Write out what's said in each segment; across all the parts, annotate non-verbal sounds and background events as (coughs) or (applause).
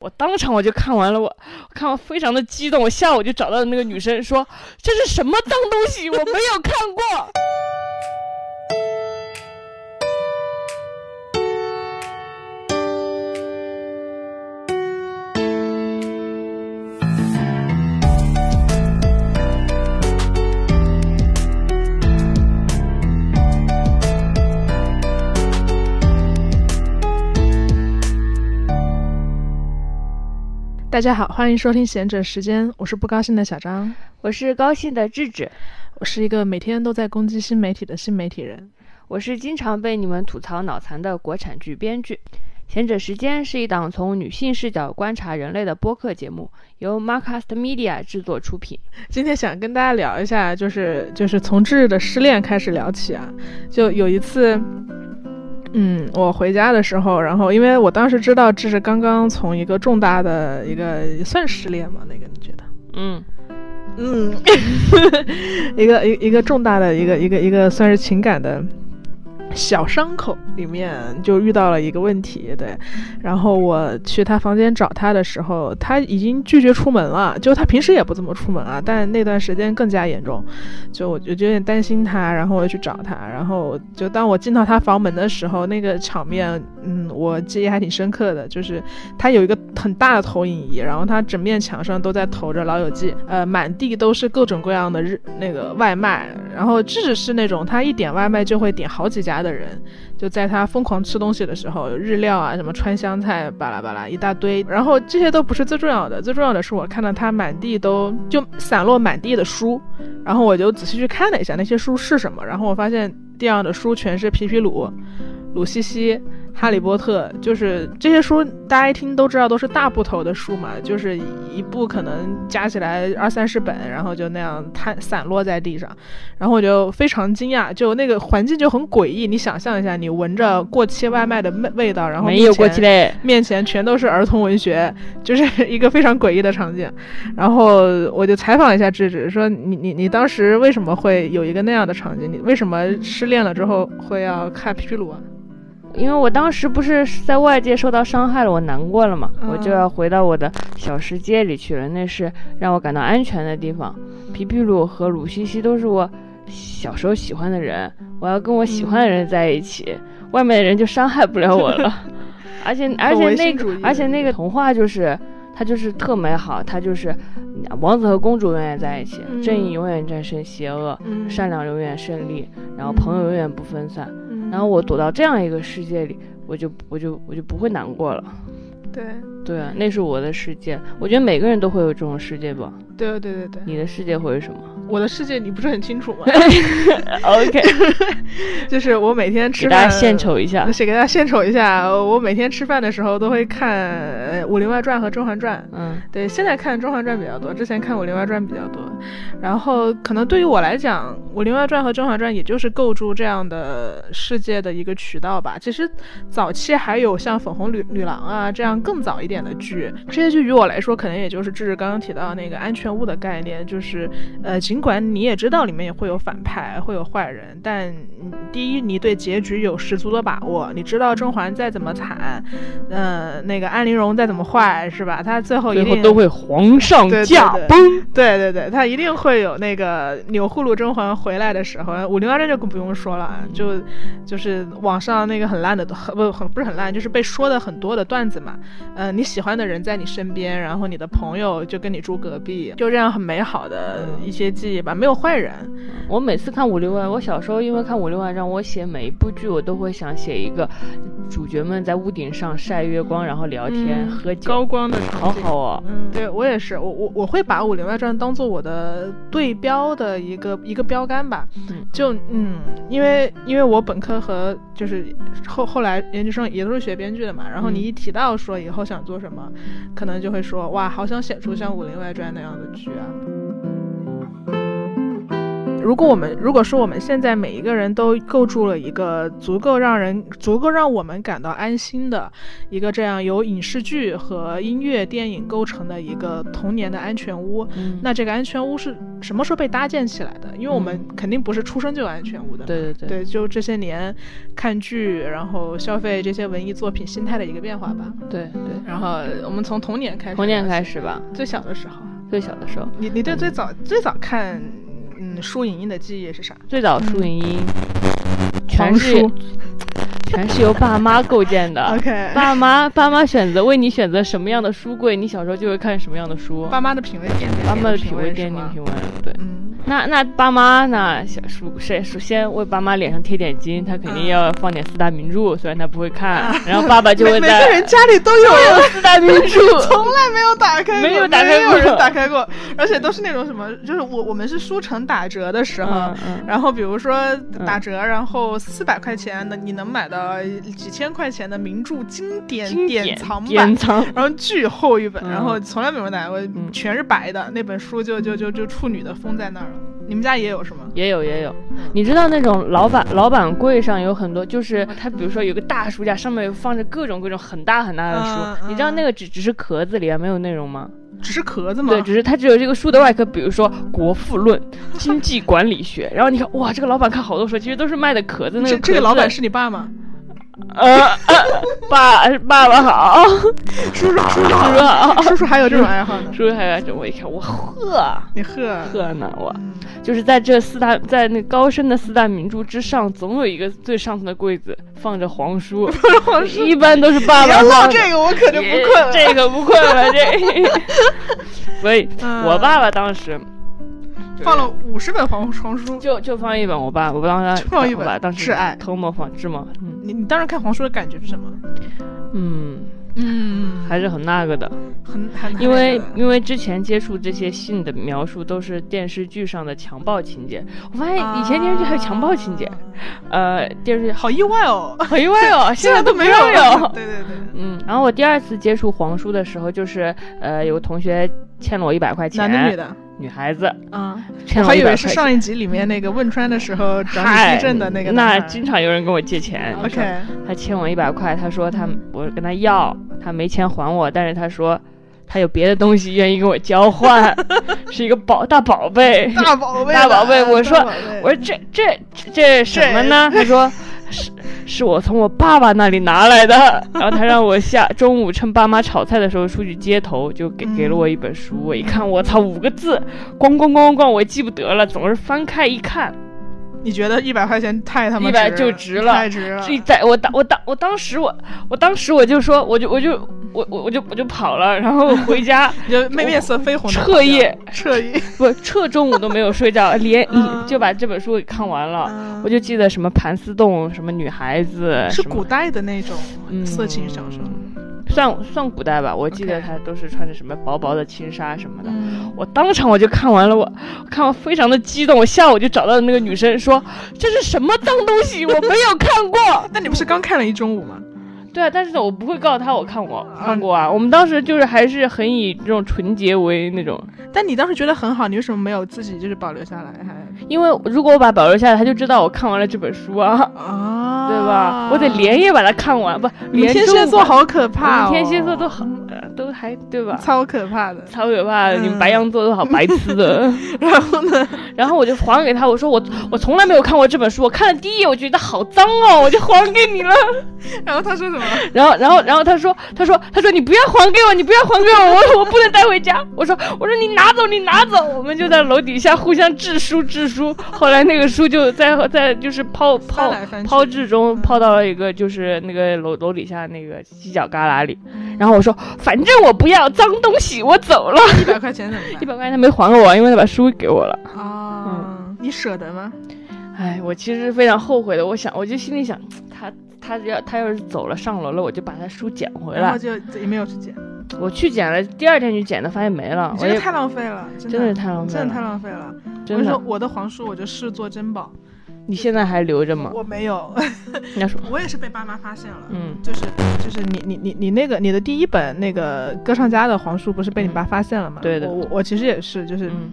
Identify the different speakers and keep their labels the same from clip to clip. Speaker 1: 我当场我就看完了，我我看完非常的激动，我下午就找到了那个女生说：“这是什么脏东西？我没有看过。”
Speaker 2: 大家好，欢迎收听《闲者时间》，我是不高兴的小张，
Speaker 3: (laughs) 我是高兴的智智，
Speaker 2: 我是一个每天都在攻击新媒体的新媒体人。
Speaker 3: 我是经常被你们吐槽脑残的国产剧编剧。《闲者时间》是一档从女性视角观察人类的播客节目，由 Marcast Media 制作出品。
Speaker 2: 今天想跟大家聊一下，就是就是从智的失恋开始聊起啊，就有一次。嗯，我回家的时候，然后因为我当时知道这是刚刚从一个重大的一个算失恋吗？那个你觉得？
Speaker 3: 嗯
Speaker 2: 嗯， (laughs) 一个一一个重大的一个一个一个算是情感的小伤口里面就遇到了一个问题，对。然后我去他房间找他的时候，他已经拒绝出门了，就他平时也不怎么出门啊，但那段时间更加严重。就我我就有点担心他，然后我就去找他，然后就当我进到他房门的时候，那个场面，嗯，我记忆还挺深刻的，就是他有一个很大的投影仪，然后他整面墙上都在投着《老友记》，呃，满地都是各种各样的日那个外卖，然后智智是那种他一点外卖就会点好几家的人，就在他疯狂吃东西的时候，日料啊什么川湘菜巴拉巴拉一大堆，然后这些都不是最重要的，最重要的是我看到他满地都 (laughs) 就散落满地的书，然后我就仔细去看了一下那些书是什么，然后我发现地上的书全是皮皮鲁、鲁西西、哈利波特，就是这些书大家一听都知道都是大部头的书嘛，就是一部可能加起来二三十本，然后就那样摊散落在地上，然后我就非常惊讶，就那个环境就很诡异，你想象一下，你闻着过期外卖的味味道，然后
Speaker 3: 没有过
Speaker 2: 面前
Speaker 3: 期嘞。
Speaker 2: 面前全都是儿童文学， (laughs) 就是一个非常诡异的场景。然后我就采访了一下智智，说你你你当时为什么会有一个那样的场景？你为什么失恋了之后会要看皮皮鲁啊？
Speaker 3: 因为我当时不是在外界受到伤害了，我难过了嘛，
Speaker 2: 嗯
Speaker 3: 我就要回到我的小世界里去了，那是让我感到安全的地方。皮皮鲁和鲁西西都是我小时候喜欢的人，我要跟我喜欢的人在一起，外面的人就伤害不了我
Speaker 2: (laughs)
Speaker 3: 了。而且而且
Speaker 2: 唯
Speaker 3: 那
Speaker 2: 心主
Speaker 3: 个
Speaker 2: 义
Speaker 3: 而且那个童话就是。它就是特美好，它就是嗯王子和公主永远在一起，
Speaker 2: 嗯
Speaker 3: 正义永远战胜邪恶，
Speaker 2: 嗯
Speaker 3: 善良永远胜利，然后朋友永远不分散。
Speaker 2: 嗯
Speaker 3: 然后我躲到这样一个世界里，我就我就我就不会难过了。
Speaker 2: 对
Speaker 3: 对啊，那是我的世界。我觉得每个人都会有这种世界吧。
Speaker 2: 对对对对，
Speaker 3: 你的世界会是什么
Speaker 2: 我的世界你不是很清楚
Speaker 3: (laughs)
Speaker 2: 吗？呃
Speaker 3: ？OK，
Speaker 2: 就是我每
Speaker 3: (laughs)
Speaker 2: 天
Speaker 3: 给
Speaker 2: 吃
Speaker 3: 大
Speaker 2: 饭
Speaker 3: 家献丑一
Speaker 2: (laughs)
Speaker 3: 下。
Speaker 2: 写给大家献丑一下，我每天吃饭的时候都会看呃《武林外传》和《甄嬛传》。
Speaker 3: 嗯
Speaker 2: 对，现在看《甄嬛传》比较多，之前看《武林外传》比较多。然后可能对于我来讲，《武林外传》和《甄嬛传》也就是构筑这样的世界的一个渠道吧。其实早期还有像《粉红女女郎》啊这样更早一点的剧，这些剧于我来说，可能也就是智智刚刚提到那个安全屋的概念，就是呃，尽管你也知道里面也会有反派，会有坏人，但嗯第一，你对结局有十足的把握，你知道甄嬛再怎么惨，呃，那个安陵容再怎么坏，是吧？她最后一
Speaker 3: 最后
Speaker 2: 定
Speaker 3: 都会皇上
Speaker 2: 对对
Speaker 3: 驾
Speaker 2: 对
Speaker 3: 崩。
Speaker 2: 对对对，他一定会有那个钮祜禄甄嬛回来的时候，武林外传就更不用说了啊，
Speaker 3: 嗯
Speaker 2: 就就是网上那个很烂的，很不很不是很烂，就是被说的很多的段子嘛。呃，你喜欢的人在你身边，然后你的朋友就跟你住隔壁，就这样很美好的
Speaker 3: 嗯
Speaker 2: 一些记忆吧，没有坏人。
Speaker 3: 我每次看《武林外》，我小时候因为看《武林外传》，我写每一部剧，我都会想写一个主角们在屋顶上晒月光，然后聊天、
Speaker 2: 嗯
Speaker 3: 喝酒，
Speaker 2: 高光的
Speaker 3: 好好哦。
Speaker 2: 嗯，对我也是，我我我会把《武林外传》当做我的对标的一个一个标杆吧。
Speaker 3: 嗯
Speaker 2: 就嗯，因为因为我本科和就是后后来研究生也都是学编剧的嘛，然后你
Speaker 3: 嗯
Speaker 2: 一提到说以后想做什么，可能就会说哇，好想写出像《武林外传》那样的剧啊。如果我们如果说我们现在每一个人都构筑了一个足够让人足够让我们感到安心的一个这样由影视剧和音乐电影构成的一个童年的安全屋，
Speaker 3: 嗯
Speaker 2: 那这个安全屋是什么时候被搭建起来的？因为我们肯定不是出生就有安全屋的嘛。
Speaker 3: 嗯对对对，
Speaker 2: 对，就这些年看剧，然后消费这些文艺作品，心态的一个变化吧。
Speaker 3: 对对，
Speaker 2: 然后我们从童年开始，
Speaker 3: 童年开，始吧，
Speaker 2: 最小的时候，
Speaker 3: 最小的时候，
Speaker 2: 你你对最早最早看嗯书影音的记忆是啥？
Speaker 3: 最早输影音全
Speaker 2: 嗯黄
Speaker 3: 是
Speaker 2: 书
Speaker 3: (laughs) 全是由爸妈构建的。
Speaker 2: (laughs) ，OK，
Speaker 3: 爸妈，爸妈选择为你选择什么样的书柜，你小时候就会看什么样的书。
Speaker 2: 爸妈的品味奠定
Speaker 3: 爸妈的
Speaker 2: 品
Speaker 3: 品味
Speaker 2: 是
Speaker 3: 奠定
Speaker 2: 吗
Speaker 3: 品味了，对。
Speaker 2: 嗯，
Speaker 3: 那那爸妈呢？小首谁首先为爸妈脸上贴点金，他肯定要放点四大名著，虽然他不会看，然后爸爸就
Speaker 2: 嗯啊 (laughs)
Speaker 3: 会
Speaker 2: 每每个
Speaker 3: 在
Speaker 2: 人家里都有。啊
Speaker 3: (laughs) 四大名著。
Speaker 2: 从来没有打开过，
Speaker 3: 没有打开
Speaker 2: 没有
Speaker 3: 过
Speaker 2: 人打开过，而且都是那种什么，就是我我们是书城打折的时候，
Speaker 3: 嗯嗯
Speaker 2: 然后比如说打折，然后四百块钱的你能买到几千块钱的名著经典
Speaker 3: 经
Speaker 2: 典
Speaker 3: 典
Speaker 2: 藏版
Speaker 3: 典。藏，
Speaker 2: 然后巨厚一本，
Speaker 3: 嗯
Speaker 2: 然后从来没有人打开过，全是白的。那本书就就就就处女的封在那儿了。你们家也有是吗？
Speaker 3: 也有也有，你知道那种老板老板柜上有很多，就是
Speaker 2: 嗯
Speaker 3: 它比如说有个大书架，上面放着各种各种很大很大的书，
Speaker 2: 嗯嗯
Speaker 3: 你知道那个只只是壳子里面没有内容吗？
Speaker 2: 只是壳子吗？
Speaker 3: 嗯对，只是它只有这个书的外壳，比如说《国富论》
Speaker 2: (laughs)
Speaker 3: 《经济管理学》，然后你看哇，这个老板看好多书，其实都是卖的壳子，那
Speaker 2: 这
Speaker 3: 个
Speaker 2: 这个
Speaker 3: 壳
Speaker 2: 老
Speaker 3: 子
Speaker 2: 板是你爸吗？
Speaker 3: 呃，呃爸爸爸
Speaker 2: (laughs)
Speaker 3: 好，
Speaker 2: 叔叔叔叔
Speaker 3: 是 (laughs) 吧？
Speaker 2: 叔叔还有这种
Speaker 3: (laughs)
Speaker 2: 爱好呢？
Speaker 3: 叔叔还来整我一看，我呵
Speaker 2: 你呵
Speaker 3: 呵呢，我
Speaker 2: 嗯
Speaker 3: 就是在这四大在那高深的四大名著之上，总有一个最上层的柜子放着黄
Speaker 2: (laughs)
Speaker 3: 书，一般都是爸
Speaker 2: 你
Speaker 3: 爸
Speaker 2: 要唠
Speaker 3: 放的。
Speaker 2: 这个，我可就不
Speaker 3: 也
Speaker 2: 困了。
Speaker 3: 这个不困了，这。
Speaker 2: (laughs)
Speaker 3: 所以，
Speaker 2: 嗯
Speaker 3: 我爸爸当时
Speaker 2: 放了五十本黄黄书，
Speaker 3: 就就放一本，我爸我当时
Speaker 2: 就放一本
Speaker 3: 我爸当时
Speaker 2: 挚爱
Speaker 3: 偷摸放是吗？嗯
Speaker 2: 你你当时看黄书的感觉是什么？
Speaker 3: 嗯，
Speaker 2: 嗯，
Speaker 3: 还是很那个的。
Speaker 2: 很很
Speaker 3: 因为
Speaker 2: 很
Speaker 3: 因为之前接触这些性的描述都是电视剧上的强暴情节，我发现以前电视剧还有强暴情节，
Speaker 2: 啊
Speaker 3: 呃，电视剧好
Speaker 2: 好意外
Speaker 3: (laughs)
Speaker 2: 哦，
Speaker 3: 好意外
Speaker 2: (laughs)
Speaker 3: 哦，现在
Speaker 2: 都
Speaker 3: 都
Speaker 2: 没
Speaker 3: 有
Speaker 2: (laughs)
Speaker 3: 有。
Speaker 2: 对对对，
Speaker 3: 嗯，然后我第二次接触黄书的时候，就是呃，有个同学欠了我一百块钱，
Speaker 2: 男的女，的
Speaker 3: 女孩子
Speaker 2: 啊，
Speaker 3: 欠了
Speaker 2: 我还
Speaker 3: 100
Speaker 2: 以为
Speaker 3: 块
Speaker 2: 是
Speaker 3: 钱
Speaker 2: 上一集里面那个汶川的时候找你
Speaker 3: 嗯嗨
Speaker 2: 地震的那个男孩
Speaker 3: 那经常有人跟我借钱
Speaker 2: OK，
Speaker 3: 他欠我一百块，他说他我跟他要，他没钱还我，但是他说他有别的东西愿意跟我交换，是一个宝大宝贝。
Speaker 2: 大宝贝
Speaker 3: 大宝贝我说我
Speaker 2: 我
Speaker 3: 说这这这这什么呢？他说是是我从我爸爸那里拿来
Speaker 2: (laughs)
Speaker 3: 的，然后他让我下中午趁爸妈炒菜的时候出去街头，就给
Speaker 2: 嗯
Speaker 3: 给了我一本书，我一看我操五个字，咣咣咣咣咣，我记不得了，总是翻开一看，
Speaker 2: 你觉得一百块钱太他妈
Speaker 3: 100就
Speaker 2: 值
Speaker 3: 值了
Speaker 2: 太值了，
Speaker 3: 这在我当我当我当时我我当时我就说我就我就我我我就我就跑了，然后回
Speaker 2: (laughs)
Speaker 3: 家
Speaker 2: 你就面面色绯红的
Speaker 3: 彻夜
Speaker 2: 彻夜，
Speaker 3: 不彻中午都没有睡觉，连
Speaker 2: 嗯
Speaker 3: 就把这本书给看完了。
Speaker 2: 嗯
Speaker 3: 我就记得什么盘丝洞，什么女孩子，
Speaker 2: 是
Speaker 3: 哎什么
Speaker 2: 古代的那种
Speaker 3: 嗯
Speaker 2: 色情小说，
Speaker 3: 算算古代吧，我记得
Speaker 2: OK
Speaker 3: 她都是穿着什么薄薄的轻纱什么的。
Speaker 2: 嗯
Speaker 3: 我当场我就看完了，我我看完非常的激动，我下午就找到那个女生说：“这是什么脏东西？我没有看过。
Speaker 2: 那你不是刚看了一中午吗？”
Speaker 3: 对啊，但是我不会告诉她我看过看过啊。我们当时就是还是很以这种纯洁为那种，
Speaker 2: 但你当时觉得很好，你为什么没有自己就是保留下来？还
Speaker 3: 因为如果我把保留下来，她就知道我看完了这本书啊，
Speaker 2: 啊，
Speaker 3: 对吧？我得连夜把它看完，不
Speaker 2: 你
Speaker 3: 连
Speaker 2: 天
Speaker 3: 中
Speaker 2: 蝎
Speaker 3: 午
Speaker 2: 座
Speaker 3: 把
Speaker 2: 好可怕、哦，
Speaker 3: 我们天蝎座都好，呃都还对吧？
Speaker 2: 超可怕的。
Speaker 3: 超可怕的！你
Speaker 2: 嗯
Speaker 3: 们白羊座都好白痴的。
Speaker 2: (laughs) 然后呢，
Speaker 3: 然后我就还给他，我说我我从来没有看过这本书，我看了第一页我觉得好脏哦，我就还给你了。
Speaker 2: 然后他说什么？
Speaker 3: 然后然后然后他说他说他说你不要还给我，你不要还给我，我我不能带回家。我说我说你拿走你拿走，我们就在楼底下互相掷书掷书。后来那个书就 (laughs) 在在就是抛
Speaker 2: 翻
Speaker 3: 抛
Speaker 2: 来翻去
Speaker 3: 抛掷中抛到了一个就是那个楼楼底下那个犄角旮旯里。然后我说反正我不要脏东西，我走了。
Speaker 2: (laughs) 一百块钱怎么
Speaker 3: 一百块钱他没还给我，因为他把书给我了。
Speaker 2: 办
Speaker 3: 嗯
Speaker 2: 啊？你舍得吗？
Speaker 3: 哎，我其实是非常后悔的。我想，我就心里想，他他要他要是走了上楼了，我就把他书捡回
Speaker 2: 然后
Speaker 3: 来。
Speaker 2: 就也没有去捡，
Speaker 3: 我去捡了，第二天去捡的，发现没了
Speaker 2: 你。
Speaker 3: 我
Speaker 2: 这
Speaker 3: 也
Speaker 2: 个太浪费了，真
Speaker 3: 真的是
Speaker 2: 的
Speaker 3: 太浪费
Speaker 2: 真的太
Speaker 3: 了，
Speaker 2: 浪费了。我
Speaker 3: 真
Speaker 2: 就说
Speaker 3: 的。
Speaker 2: 我的黄书，我就视作珍宝。
Speaker 3: 你现在还留着吗？
Speaker 2: 我没有， (laughs)
Speaker 3: 那说，
Speaker 2: 我也是被爸妈发现了。
Speaker 3: 嗯，
Speaker 2: 就是就是你你你你那个你的第一本那个歌唱家的黄书不是被你爸发现了吗？
Speaker 3: 对的
Speaker 2: 我我我其实也是，就是
Speaker 3: 嗯，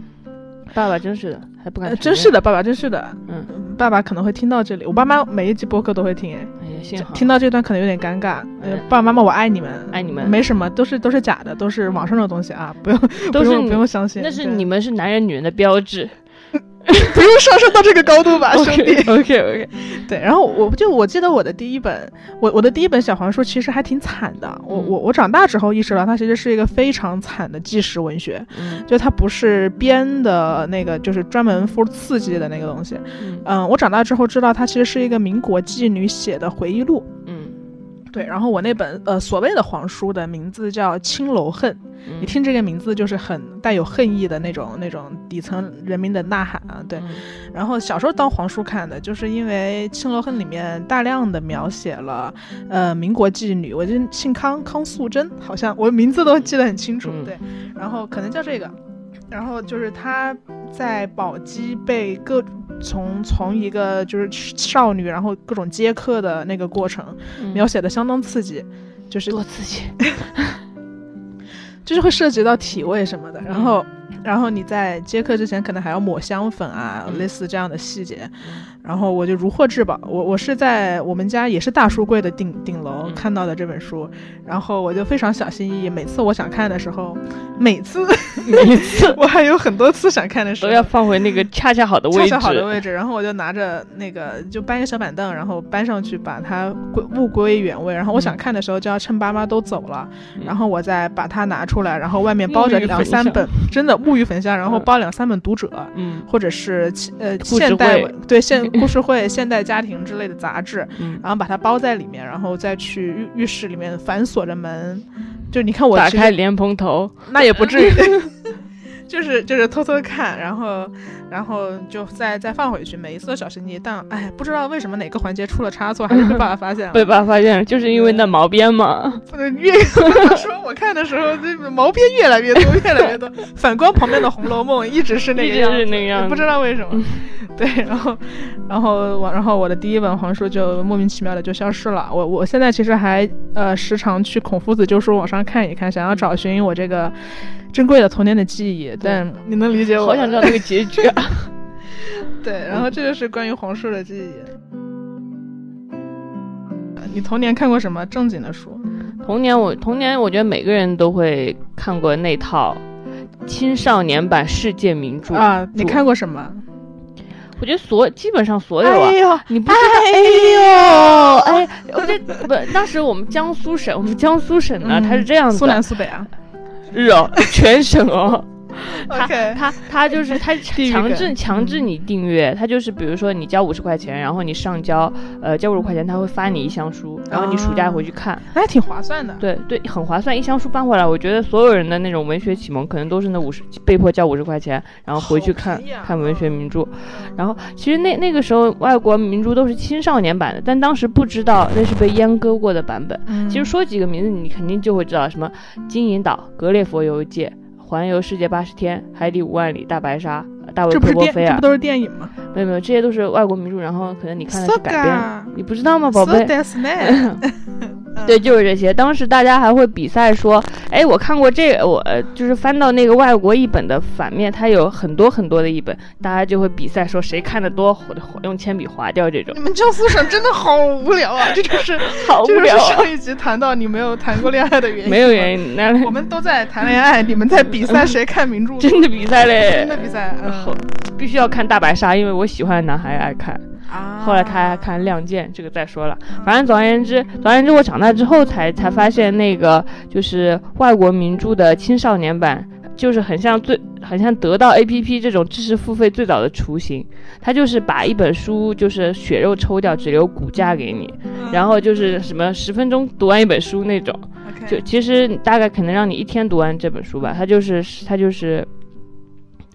Speaker 3: 爸爸真是的，还不敢
Speaker 2: 呃
Speaker 3: 承
Speaker 2: 真
Speaker 3: 认
Speaker 2: 是，的，爸爸，真是的，
Speaker 3: 嗯，
Speaker 2: 爸爸可能会听到这里，我爸妈每一集播客都会听，哎，
Speaker 3: 哎呀，幸好
Speaker 2: 听到这段可能有点尴尬，呃
Speaker 3: 嗯，
Speaker 2: 爸爸妈妈，我爱你们，
Speaker 3: 爱你们
Speaker 2: 没什么，都是都是假的，都是网上的东西啊，不用，
Speaker 3: 都
Speaker 2: 不
Speaker 3: 是
Speaker 2: 用
Speaker 3: 你
Speaker 2: 不用相信，
Speaker 3: 那是
Speaker 2: 对
Speaker 3: 你们是男人女人的标志，
Speaker 2: (laughs) 不用上升到这个高
Speaker 3: (laughs)
Speaker 2: 度吧，兄弟。 (laughs)
Speaker 3: OK OK，
Speaker 2: 对，然后我就我记得我的第一本，我我的第一本小黄书其实还挺惨的。我
Speaker 3: 嗯
Speaker 2: 我我长大之后意识到，它其实是一个非常惨的纪实文学，
Speaker 3: 嗯
Speaker 2: 就它不是编的那个，就是专门 for 刺激的那个东西。
Speaker 3: 嗯
Speaker 2: 嗯，我长大之后知道，它其实是一个民国妓女写的回忆录。
Speaker 3: 嗯
Speaker 2: 对，然后我那本呃所谓的黄书的名字叫《青楼恨》，
Speaker 3: 嗯，
Speaker 2: 你听这个名字就是很带有恨意的那种那种底层人民的呐喊啊，对。
Speaker 3: 嗯，
Speaker 2: 然后小时候当黄书看的，就是因为《青楼恨》里面大量的描写了，呃，民国妓女，我记得姓康，康素贞，好像我名字都记得很清楚，
Speaker 3: 嗯
Speaker 2: 对，然后可能叫这个，然后就是她在宝鸡被各从从一个就是少女，然后各种接客的那个过程，
Speaker 3: 嗯
Speaker 2: 描写的相当刺激，就是
Speaker 3: 多刺
Speaker 2: (laughs)
Speaker 3: 激，
Speaker 2: 就是会涉及到体味什么的，然后，然后你在接客之前可能还要抹香粉啊，
Speaker 3: 嗯
Speaker 2: 类似这样的细节。然后我就如获至宝，我我是在我们家也是大书柜的顶顶楼
Speaker 3: 嗯
Speaker 2: 看到的这本书，然后我就非常小心翼翼，每次我想看的时候，每次 (laughs)
Speaker 3: 每次
Speaker 2: 我还有很多次想看的时
Speaker 3: 都
Speaker 2: 候，
Speaker 3: 要放回那个恰恰好的
Speaker 2: 恰
Speaker 3: 位置，
Speaker 2: 恰好的位置，然后我就拿着那个就搬一个小板凳，然后搬上去把它归物归原位。然后我想看的时候就要趁爸妈都走了，
Speaker 3: 嗯
Speaker 2: 然后我再把它拿出来，然后外面包着
Speaker 3: 沐浴
Speaker 2: 两
Speaker 3: 焚
Speaker 2: 三
Speaker 3: 香
Speaker 2: 本，真的沐浴焚香，然后包两三本读者。
Speaker 3: 嗯
Speaker 2: 或者是其呃
Speaker 3: 故事
Speaker 2: 现代
Speaker 3: 会
Speaker 2: 文
Speaker 3: (laughs)
Speaker 2: 对现故事会、现代家庭之类的杂志，
Speaker 3: 嗯，
Speaker 2: 然后把它包在里面，然后再去浴浴室里面反锁着门，就你看我
Speaker 3: 打
Speaker 2: 其实
Speaker 3: 开莲蓬头，
Speaker 2: (laughs) 那也不至于，就是就是偷偷看，然后然后就再再放回去，每一次都小心翼翼。但哎，不知道为什么哪个环节出了差错，还是被爸爸发现了。
Speaker 3: 被爸发现了，就是因为那毛边嘛，
Speaker 2: 不能越 (laughs) 他说我看的时候，这毛边越来越多，越来越多。反观旁边的《红楼梦》，一直是那
Speaker 3: 一
Speaker 2: 个
Speaker 3: 直
Speaker 2: 样嗯子
Speaker 3: 是那个样
Speaker 2: 不
Speaker 3: 子，
Speaker 2: 知道为什么。 (laughs) 对，然后，然后我，然后我的第一本黄书就莫名其妙的就消失了。我我现在其实还呃时常去孔夫子旧书网上看一看，想要找寻我这个珍贵的童年的记忆。但你能理解我？
Speaker 3: 好想知道那个结局啊！ (laughs)
Speaker 2: 对，然后这就是关于黄书的记忆。你童年看过什么正经的书？
Speaker 3: 童年我童年，我觉得每个人都会看过那套青少年版世界名著
Speaker 2: 啊，你看过什么？
Speaker 3: 我觉得所基本上所有啊，
Speaker 2: (laughs) 哎呦，
Speaker 3: 你不知道。
Speaker 2: 哎
Speaker 3: 哎，我这不，当时我们江苏省，我们江苏省呢，
Speaker 2: 嗯
Speaker 3: 它是这样子
Speaker 2: 苏
Speaker 3: 的，
Speaker 2: 南苏北 (laughs) 啊。
Speaker 3: 是哦，全省哦，
Speaker 2: OK，
Speaker 3: 它它就是
Speaker 2: (laughs)
Speaker 3: 它
Speaker 2: 地域
Speaker 3: 强
Speaker 2: 梗
Speaker 3: 制强制
Speaker 2: 嗯
Speaker 3: 你订阅，它就是比如说你交五十块钱，然后你上交，呃，交五十块钱，它会发你一箱书，然后你暑
Speaker 2: 哦
Speaker 3: 假回去看，
Speaker 2: 还挺划算的。
Speaker 3: 对对，很划算，一箱书搬回来，我觉得所有人的那种文学启蒙，可能都是那五十被迫交五十块钱，然后回去
Speaker 2: 好
Speaker 3: 看
Speaker 2: 便宜啊嗯
Speaker 3: 看文学名著。然后其实那那个时候外国名著都是青少年版的，但当时不知道那是被阉割过的版本。
Speaker 2: 嗯，
Speaker 3: 其实说几个名字，你肯定就会知道，什么《金银岛》《格列佛游记》《环游世界八十天》《海底五万里》《大白鲨》呃《大卫
Speaker 2: 这不
Speaker 3: 科
Speaker 2: 是
Speaker 3: 波
Speaker 2: 电，
Speaker 3: 菲
Speaker 2: 这
Speaker 3: 尔
Speaker 2: 不》，都是电影吗？
Speaker 3: 没有没有，这些都是外国名著，然后可能你看的
Speaker 2: 是
Speaker 3: 是改编，
Speaker 2: 的
Speaker 3: 你不知道吗，宝贝
Speaker 2: 是？的
Speaker 3: (laughs)
Speaker 2: 是的
Speaker 3: 对，就是这些。当时大家还会比赛说，哎，我看过这个，我呃就是翻到那个外国译本的反面，它有很多很多的译本，大家就会比赛说谁看的多，或者用铅笔划掉这种
Speaker 2: 你，们江苏省真的好无聊啊！这 (laughs) 就是
Speaker 3: (laughs) 好无
Speaker 2: 这就是
Speaker 3: 聊啊，
Speaker 2: 上一集谈到你没有谈过恋爱的原因。
Speaker 3: (laughs) 没有
Speaker 2: 因，
Speaker 3: 原因，那
Speaker 2: 我们都在谈恋爱，你们在比赛谁看名著，
Speaker 3: 真的比赛
Speaker 2: 真
Speaker 3: 嘞
Speaker 2: 的，比赛。
Speaker 3: 好
Speaker 2: 嗯
Speaker 3: 必须要看大白鲨，因为我喜欢的男孩爱看。
Speaker 2: 啊
Speaker 3: 后来他还看《亮剑》，这个再说了。反正总而言之，总而言之，我长大之后才才发现，那个就是外国名著的青少年版，就是很像最很像得到 APP 这种知识付费最早的雏形。它就是把一本书就是血肉抽掉，只留骨架给你，
Speaker 2: 嗯
Speaker 3: 然后就是什么十分钟读完一本书那种。
Speaker 2: OK
Speaker 3: 就其实大概可能让你一天读完这本书吧，它就是它就是，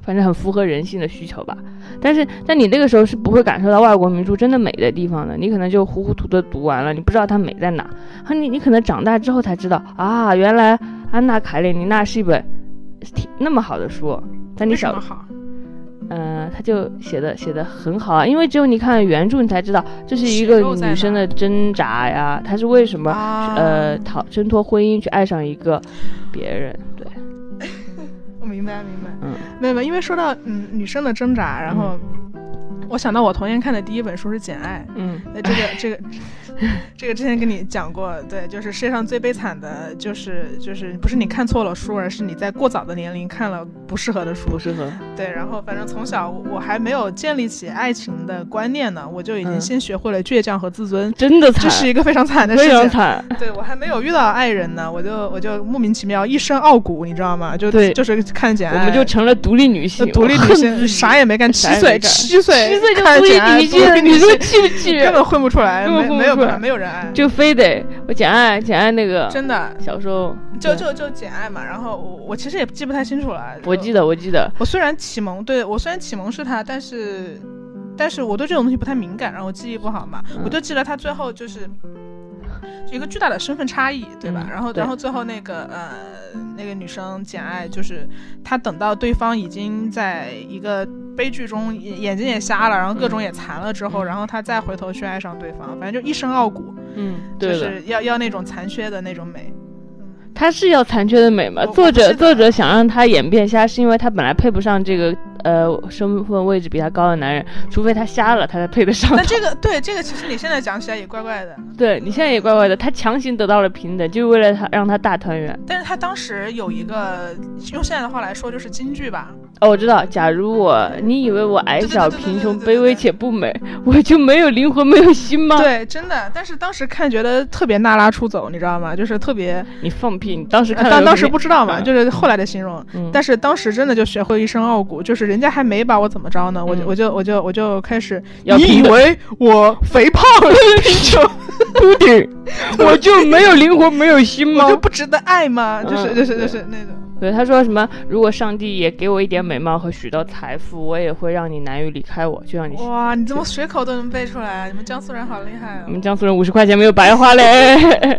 Speaker 3: 反正很符合人性的需求吧。但是，但你那个时候是不会感受到外国名著真的美的地方的，你可能就糊糊涂涂地读完了，你不知道它美在哪。啊，你你可能长大之后才知道啊，原来《安娜·卡列尼娜》是一本挺那么好的书。但你
Speaker 2: 为什
Speaker 3: 小
Speaker 2: 么好？
Speaker 3: 嗯，他就写的写的很好啊，因为只有你看了原著，你才知道这是一个
Speaker 2: 血肉在
Speaker 3: 女生
Speaker 2: 哪
Speaker 3: 的挣扎呀，她是为什么、
Speaker 2: 啊
Speaker 3: 呃逃挣脱婚姻去爱上一个别人，对，
Speaker 2: 我明明白明白，
Speaker 3: 嗯，
Speaker 2: 没有没有，因为说到嗯女生的挣扎，然后我想到我童年看的第一本书是《简爱》，
Speaker 3: 嗯
Speaker 2: 那这个这个这个之前跟你讲过，对，就是世界上最悲惨的就是就是不是你看错了书，而是你在过早的年龄看了不适合的书
Speaker 3: 不，适合，
Speaker 2: 对，然后反正从小我还没有建立起爱情的观念呢，我就已经
Speaker 3: 嗯
Speaker 2: 先学会了倔强和自尊，
Speaker 3: 真的惨
Speaker 2: 这，是一个非常惨的事
Speaker 3: 非常
Speaker 2: 情。
Speaker 3: 惨，
Speaker 2: 对我还没有遇到爱人呢，我就我就莫名其妙一身傲骨，你知道吗？就
Speaker 3: 对
Speaker 2: 就是看简
Speaker 3: 我
Speaker 2: 爱，
Speaker 3: 们就成了独立女性，
Speaker 2: 哎独立
Speaker 3: 我
Speaker 2: 女
Speaker 3: 恨
Speaker 2: 性，
Speaker 3: 自己
Speaker 2: 啥也没干，七
Speaker 3: 啥也
Speaker 2: 岁
Speaker 3: 没干
Speaker 2: 七岁
Speaker 3: 七岁就
Speaker 2: 看
Speaker 3: 独
Speaker 2: 简爱
Speaker 3: 立女
Speaker 2: 独立
Speaker 3: 性，
Speaker 2: 女
Speaker 3: 你说
Speaker 2: 性
Speaker 3: 气不气
Speaker 2: 根
Speaker 3: 人？
Speaker 2: 本混不出来，
Speaker 3: 根本
Speaker 2: 没
Speaker 3: 混不
Speaker 2: 没有
Speaker 3: 出来
Speaker 2: 没有人爱，
Speaker 3: 就嗯非得我简爱简爱那个
Speaker 2: 真的
Speaker 3: 小时候，
Speaker 2: 就
Speaker 3: 对
Speaker 2: 就就简爱嘛。然后我我其实也记不太清楚了，
Speaker 3: 我
Speaker 2: 就
Speaker 3: 记得我记得，
Speaker 2: 我虽然启蒙对我虽然启蒙是他，但是但是我对这种东西不太敏感，然后我记忆不好嘛，
Speaker 3: 嗯
Speaker 2: 我就记得他最后就是有一个巨大的身份差异，对吧？
Speaker 3: 嗯
Speaker 2: 然后
Speaker 3: 对
Speaker 2: 然后最后那个呃那个女生简爱，就是她等到对方已经在一个悲剧中眼眼睛也瞎了，然后各种也残了之后，
Speaker 3: 嗯
Speaker 2: 然后她再回头去爱上对方，反正就一身傲骨，
Speaker 3: 嗯，
Speaker 2: 就
Speaker 3: 对的，
Speaker 2: 是要要那种残缺的那
Speaker 3: (laughs)
Speaker 2: 种美。
Speaker 3: 她是要残缺的美吗
Speaker 2: 我？我
Speaker 3: 作
Speaker 2: 哦不记
Speaker 3: 者
Speaker 2: 得
Speaker 3: 作者想让她演变瞎，是因为她本来配不上这
Speaker 2: (laughs)
Speaker 3: 个呃身份位置比她高的男人，除非她瞎了，她才配得
Speaker 2: (laughs)
Speaker 3: 上
Speaker 2: 那。这个对这个，其实你现在讲起来也怪怪的。
Speaker 3: 对你现在也怪怪的，她强行得到了平等，就是为了她让她大团圆。
Speaker 2: 但是他当时有一个，用现在的话来说就是京剧吧，
Speaker 3: 哦，我知道，假如我你以为我矮小、
Speaker 2: 对对对对对
Speaker 3: 贫穷、
Speaker 2: 对对
Speaker 3: 卑微且不美，我就没有灵魂、没有心吗？
Speaker 2: 对，真的。但是当时看觉得特别那拉出走，你知道吗？就是特别，
Speaker 3: 你放屁！你当时
Speaker 2: 呃
Speaker 3: 看了
Speaker 2: 当
Speaker 3: 有
Speaker 2: 当时
Speaker 3: 什么
Speaker 2: 不知道嘛，
Speaker 3: 嗯
Speaker 2: 就是后来的形容。
Speaker 3: 嗯
Speaker 2: 但是当时真的就学会一身傲骨，就是人家还没把我怎么着呢，我就
Speaker 3: 嗯
Speaker 2: 我就我就我就开始，
Speaker 3: 要
Speaker 2: 你以
Speaker 3: 平等
Speaker 2: 为我肥胖贫穷，
Speaker 3: (laughs) 秃顶，我就没有灵魂、没有心吗
Speaker 2: 我就？不值得爱吗？就是
Speaker 3: 嗯
Speaker 2: 就是就
Speaker 3: 对
Speaker 2: 是那种，
Speaker 3: 对，他说什么？如果上帝也给我一点美貌和许多财富，我也会让你难以离开我，就让你。
Speaker 2: 哇，你怎么随口都能背出来？你们江苏人好厉害啊
Speaker 3: 我！们江苏人五十块钱没有白花嘞。 (laughs)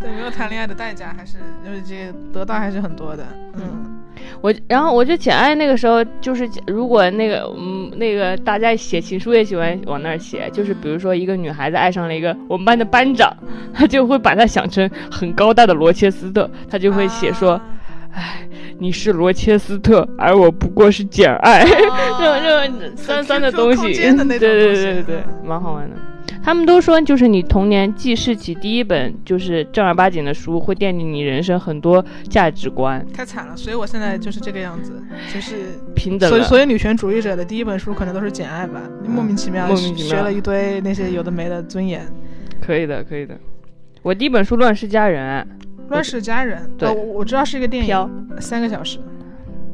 Speaker 2: 对，没有谈恋爱的代价还是就是这个得到还是很多的，嗯，
Speaker 3: 我然后我就简爱那个时候就是，如果那个嗯那个大家写情书也喜欢往那儿写，就是比如说一个女孩子爱上了一个我们班的班长， (laughs) 她就会把他想成很高大的罗切斯特，她就会写说、
Speaker 2: 啊
Speaker 3: 你是罗切斯特，而我不过是简爱。
Speaker 2: 这
Speaker 3: (laughs) 这种酸酸的东西，
Speaker 2: 的
Speaker 3: (laughs) 对对
Speaker 2: 那种
Speaker 3: 对对对
Speaker 2: 东西，嗯
Speaker 3: 蛮好玩的。他们都说，就是你童年记事起第一本就是正儿八经的书，会奠定你人生很多价值观，
Speaker 2: 太惨了，所以我现在就是这个样子，
Speaker 3: (laughs)
Speaker 2: 就是
Speaker 3: 平等
Speaker 2: 所以
Speaker 3: 了。嗯
Speaker 2: 所以女权主义者的第一本书可能都是《简爱》吧，莫名其妙
Speaker 3: 莫名其妙
Speaker 2: 学了一堆那些有的没的尊严，
Speaker 3: 可以的，可以的。我第一本书《乱世佳人啊
Speaker 2: 《乱世佳人》
Speaker 3: 对
Speaker 2: 呃我我知道是一个》电
Speaker 3: 飘
Speaker 2: 影，，三个小时，